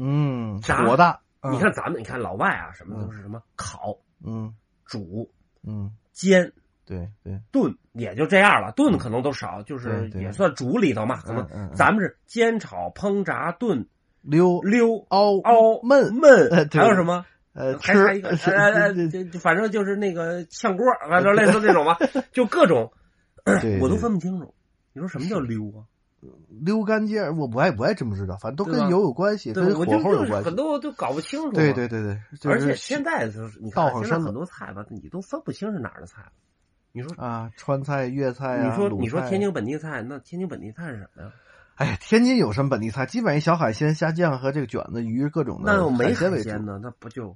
嗯，炸火大，嗯你看，咱们，你看老外啊，什么嗯都是什么烤、嗯煮、嗯，煎、对对，炖，也就这样了。炖可能都少，就是嗯对对也算煮里头嘛。可嗯嗯能嗯咱们是煎、炒、烹、炸、炖、溜溜、凹熬、闷呃焖，对还有什么？呃还吃还嗯一个，是哎哎 哎对，这这反正就是那个炝锅， 反正类似这种吧，就各种 对我都对分不清楚。你说什么叫溜啊？溜干件儿，我不爱不爱这么知道，反正都对吧跟油有关系，跟我火就候有就是关系很。多我都搞不清楚。对对对对，就而是且现在就是你道看行现在深了很多菜吧，你都分不清是哪儿的菜了。你说啊，川菜、粤菜啊，你说鲁你说菜天，津本地菜，那天津本地菜是什么呀？哎，天津有什么本地菜？基本上小海鲜、虾酱和这个卷子、鱼各种的那要没嗯海鲜为主。鲜呢，那不就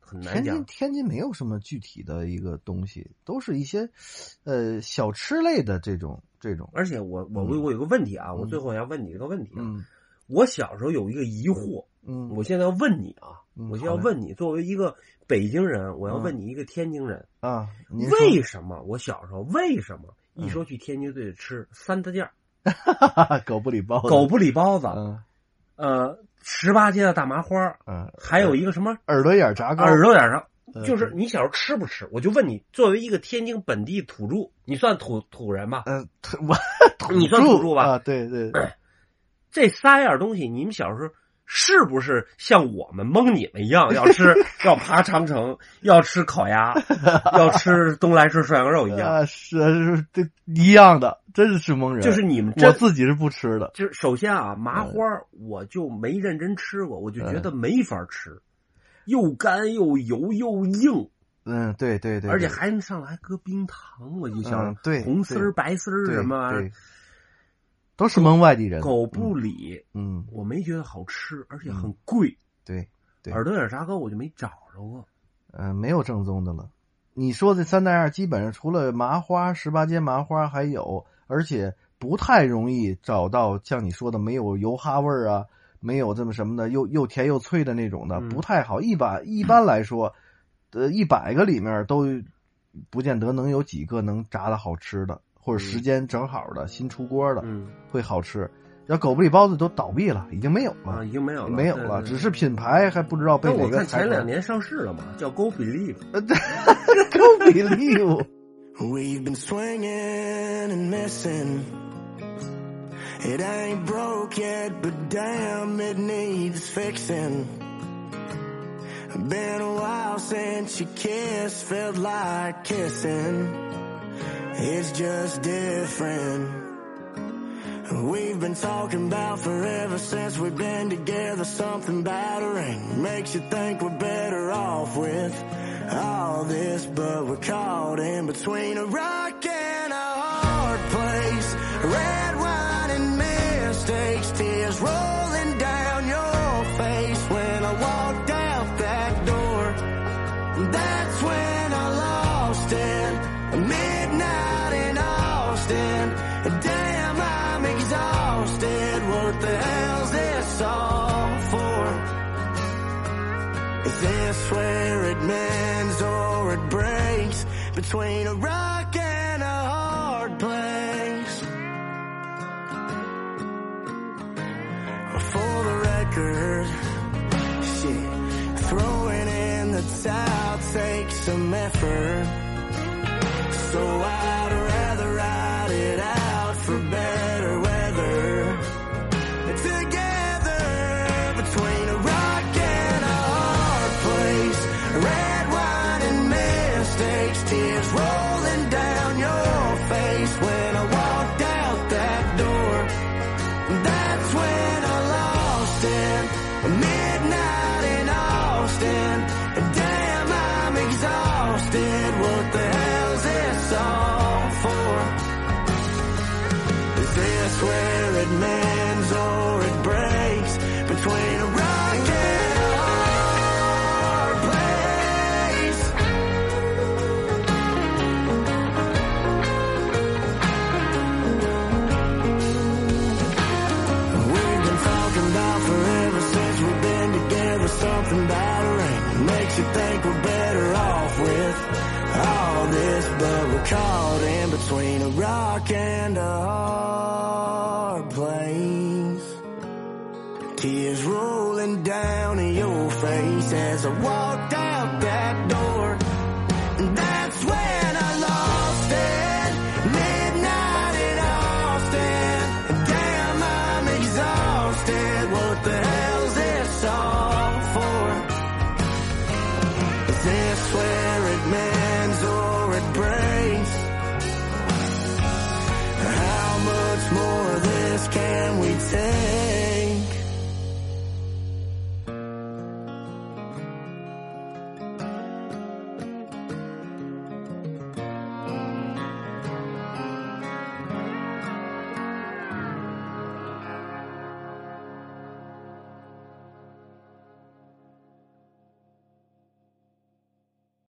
很难天津讲？天津没有什么具体的一个东西，都是一些，呃，小吃类的这种这种。而且我我嗯我有个问题啊，我嗯最后要问你这个问题啊。嗯我小时候有一个疑惑，嗯，我现在要问你啊，嗯我就好要嘞问你，作为一个北京人，我要嗯问你一个天津人，啊，您说为什么我小时候为什么一嗯说去天津就得吃三大件儿， 狗不理包子狗不理包子，啊嗯呃，十八街的大麻花儿，嗯，还有一个什么耳朵眼儿炸糕，耳朵眼儿上，嗯就是你小时候吃不吃？我就问你，作为一个天津本地土著，你算土土人吧？呃，土 我土你算土著吧啊，对对，对这三样东西，你们小时候是不是像我们蒙你们一样，要 吃要爬长城，要吃烤鸭，要吃东来顺涮羊肉一样？啊是是这一样的，真是吃蒙人。就是你们嗯我真自嗯己是不吃的，就是首先啊，麻花儿我就没认真吃过，我就嗯觉得没法吃，又干又油又硬，嗯，对对对，而且对还上来还搁冰糖，我就想嗯对红丝儿白丝儿对什么玩意对都是蒙外地人儿，的，狗不理，嗯，嗯，我没觉得好吃，而且很贵。对，嗯对耳朵眼炸糕我就没找着过，嗯，没有正宗的了。你说这三大样，基本上除了麻花、十八街麻花还有，而且不太容易找到像你说的没有油哈味儿啊，没有这么什么的，又又甜又脆的那种的，嗯不太好。一把一般来说，呃，一百个里面都不见得能有几个能炸的好吃的，或者时间正好的、新出锅的嗯会好吃。要狗不理包子都倒闭了，已经没有啊，了，已经没有了，没有对了，对只是品牌还不知道被但哪我个看财前两团。年上市了嘛，叫 Go Believe。狗比利我。 We've been swinging and missing. It ain't broke yet, but damn, it needs fixing. Been a while since your kiss felt like kissing. It's just different. We've been talking about forever since we've been together. Something battering makes you think we're better off with all this, but we're caught in between a rock and a hard place. Red wine and mistakes, tears rolling down your face when I walked out that door. That's when I lost it. Midnight in Austin. Damn, I'm exhausted. What the hell's this all for? Is this where it mends or it breaks? Between a rock and a hard place. For the record shit. Throwing in the towel takes some effort. So I'd rather ride it out for better weather. Together between a rock and a hard place. Red wine and mistakes, tears rolling down your face when I walked out that door. That's when I lost it. Midnight in Austin. Damn, I'm exhausted. What the hell's this all for? Is this where it mends or it breaks? Between a rock and a hard place. We've been talking about forever since we've been together. Something battering makes you think we're better off with all this, but we're caught in between a rock and a hard place. Tears rolling down in your face as I walked out.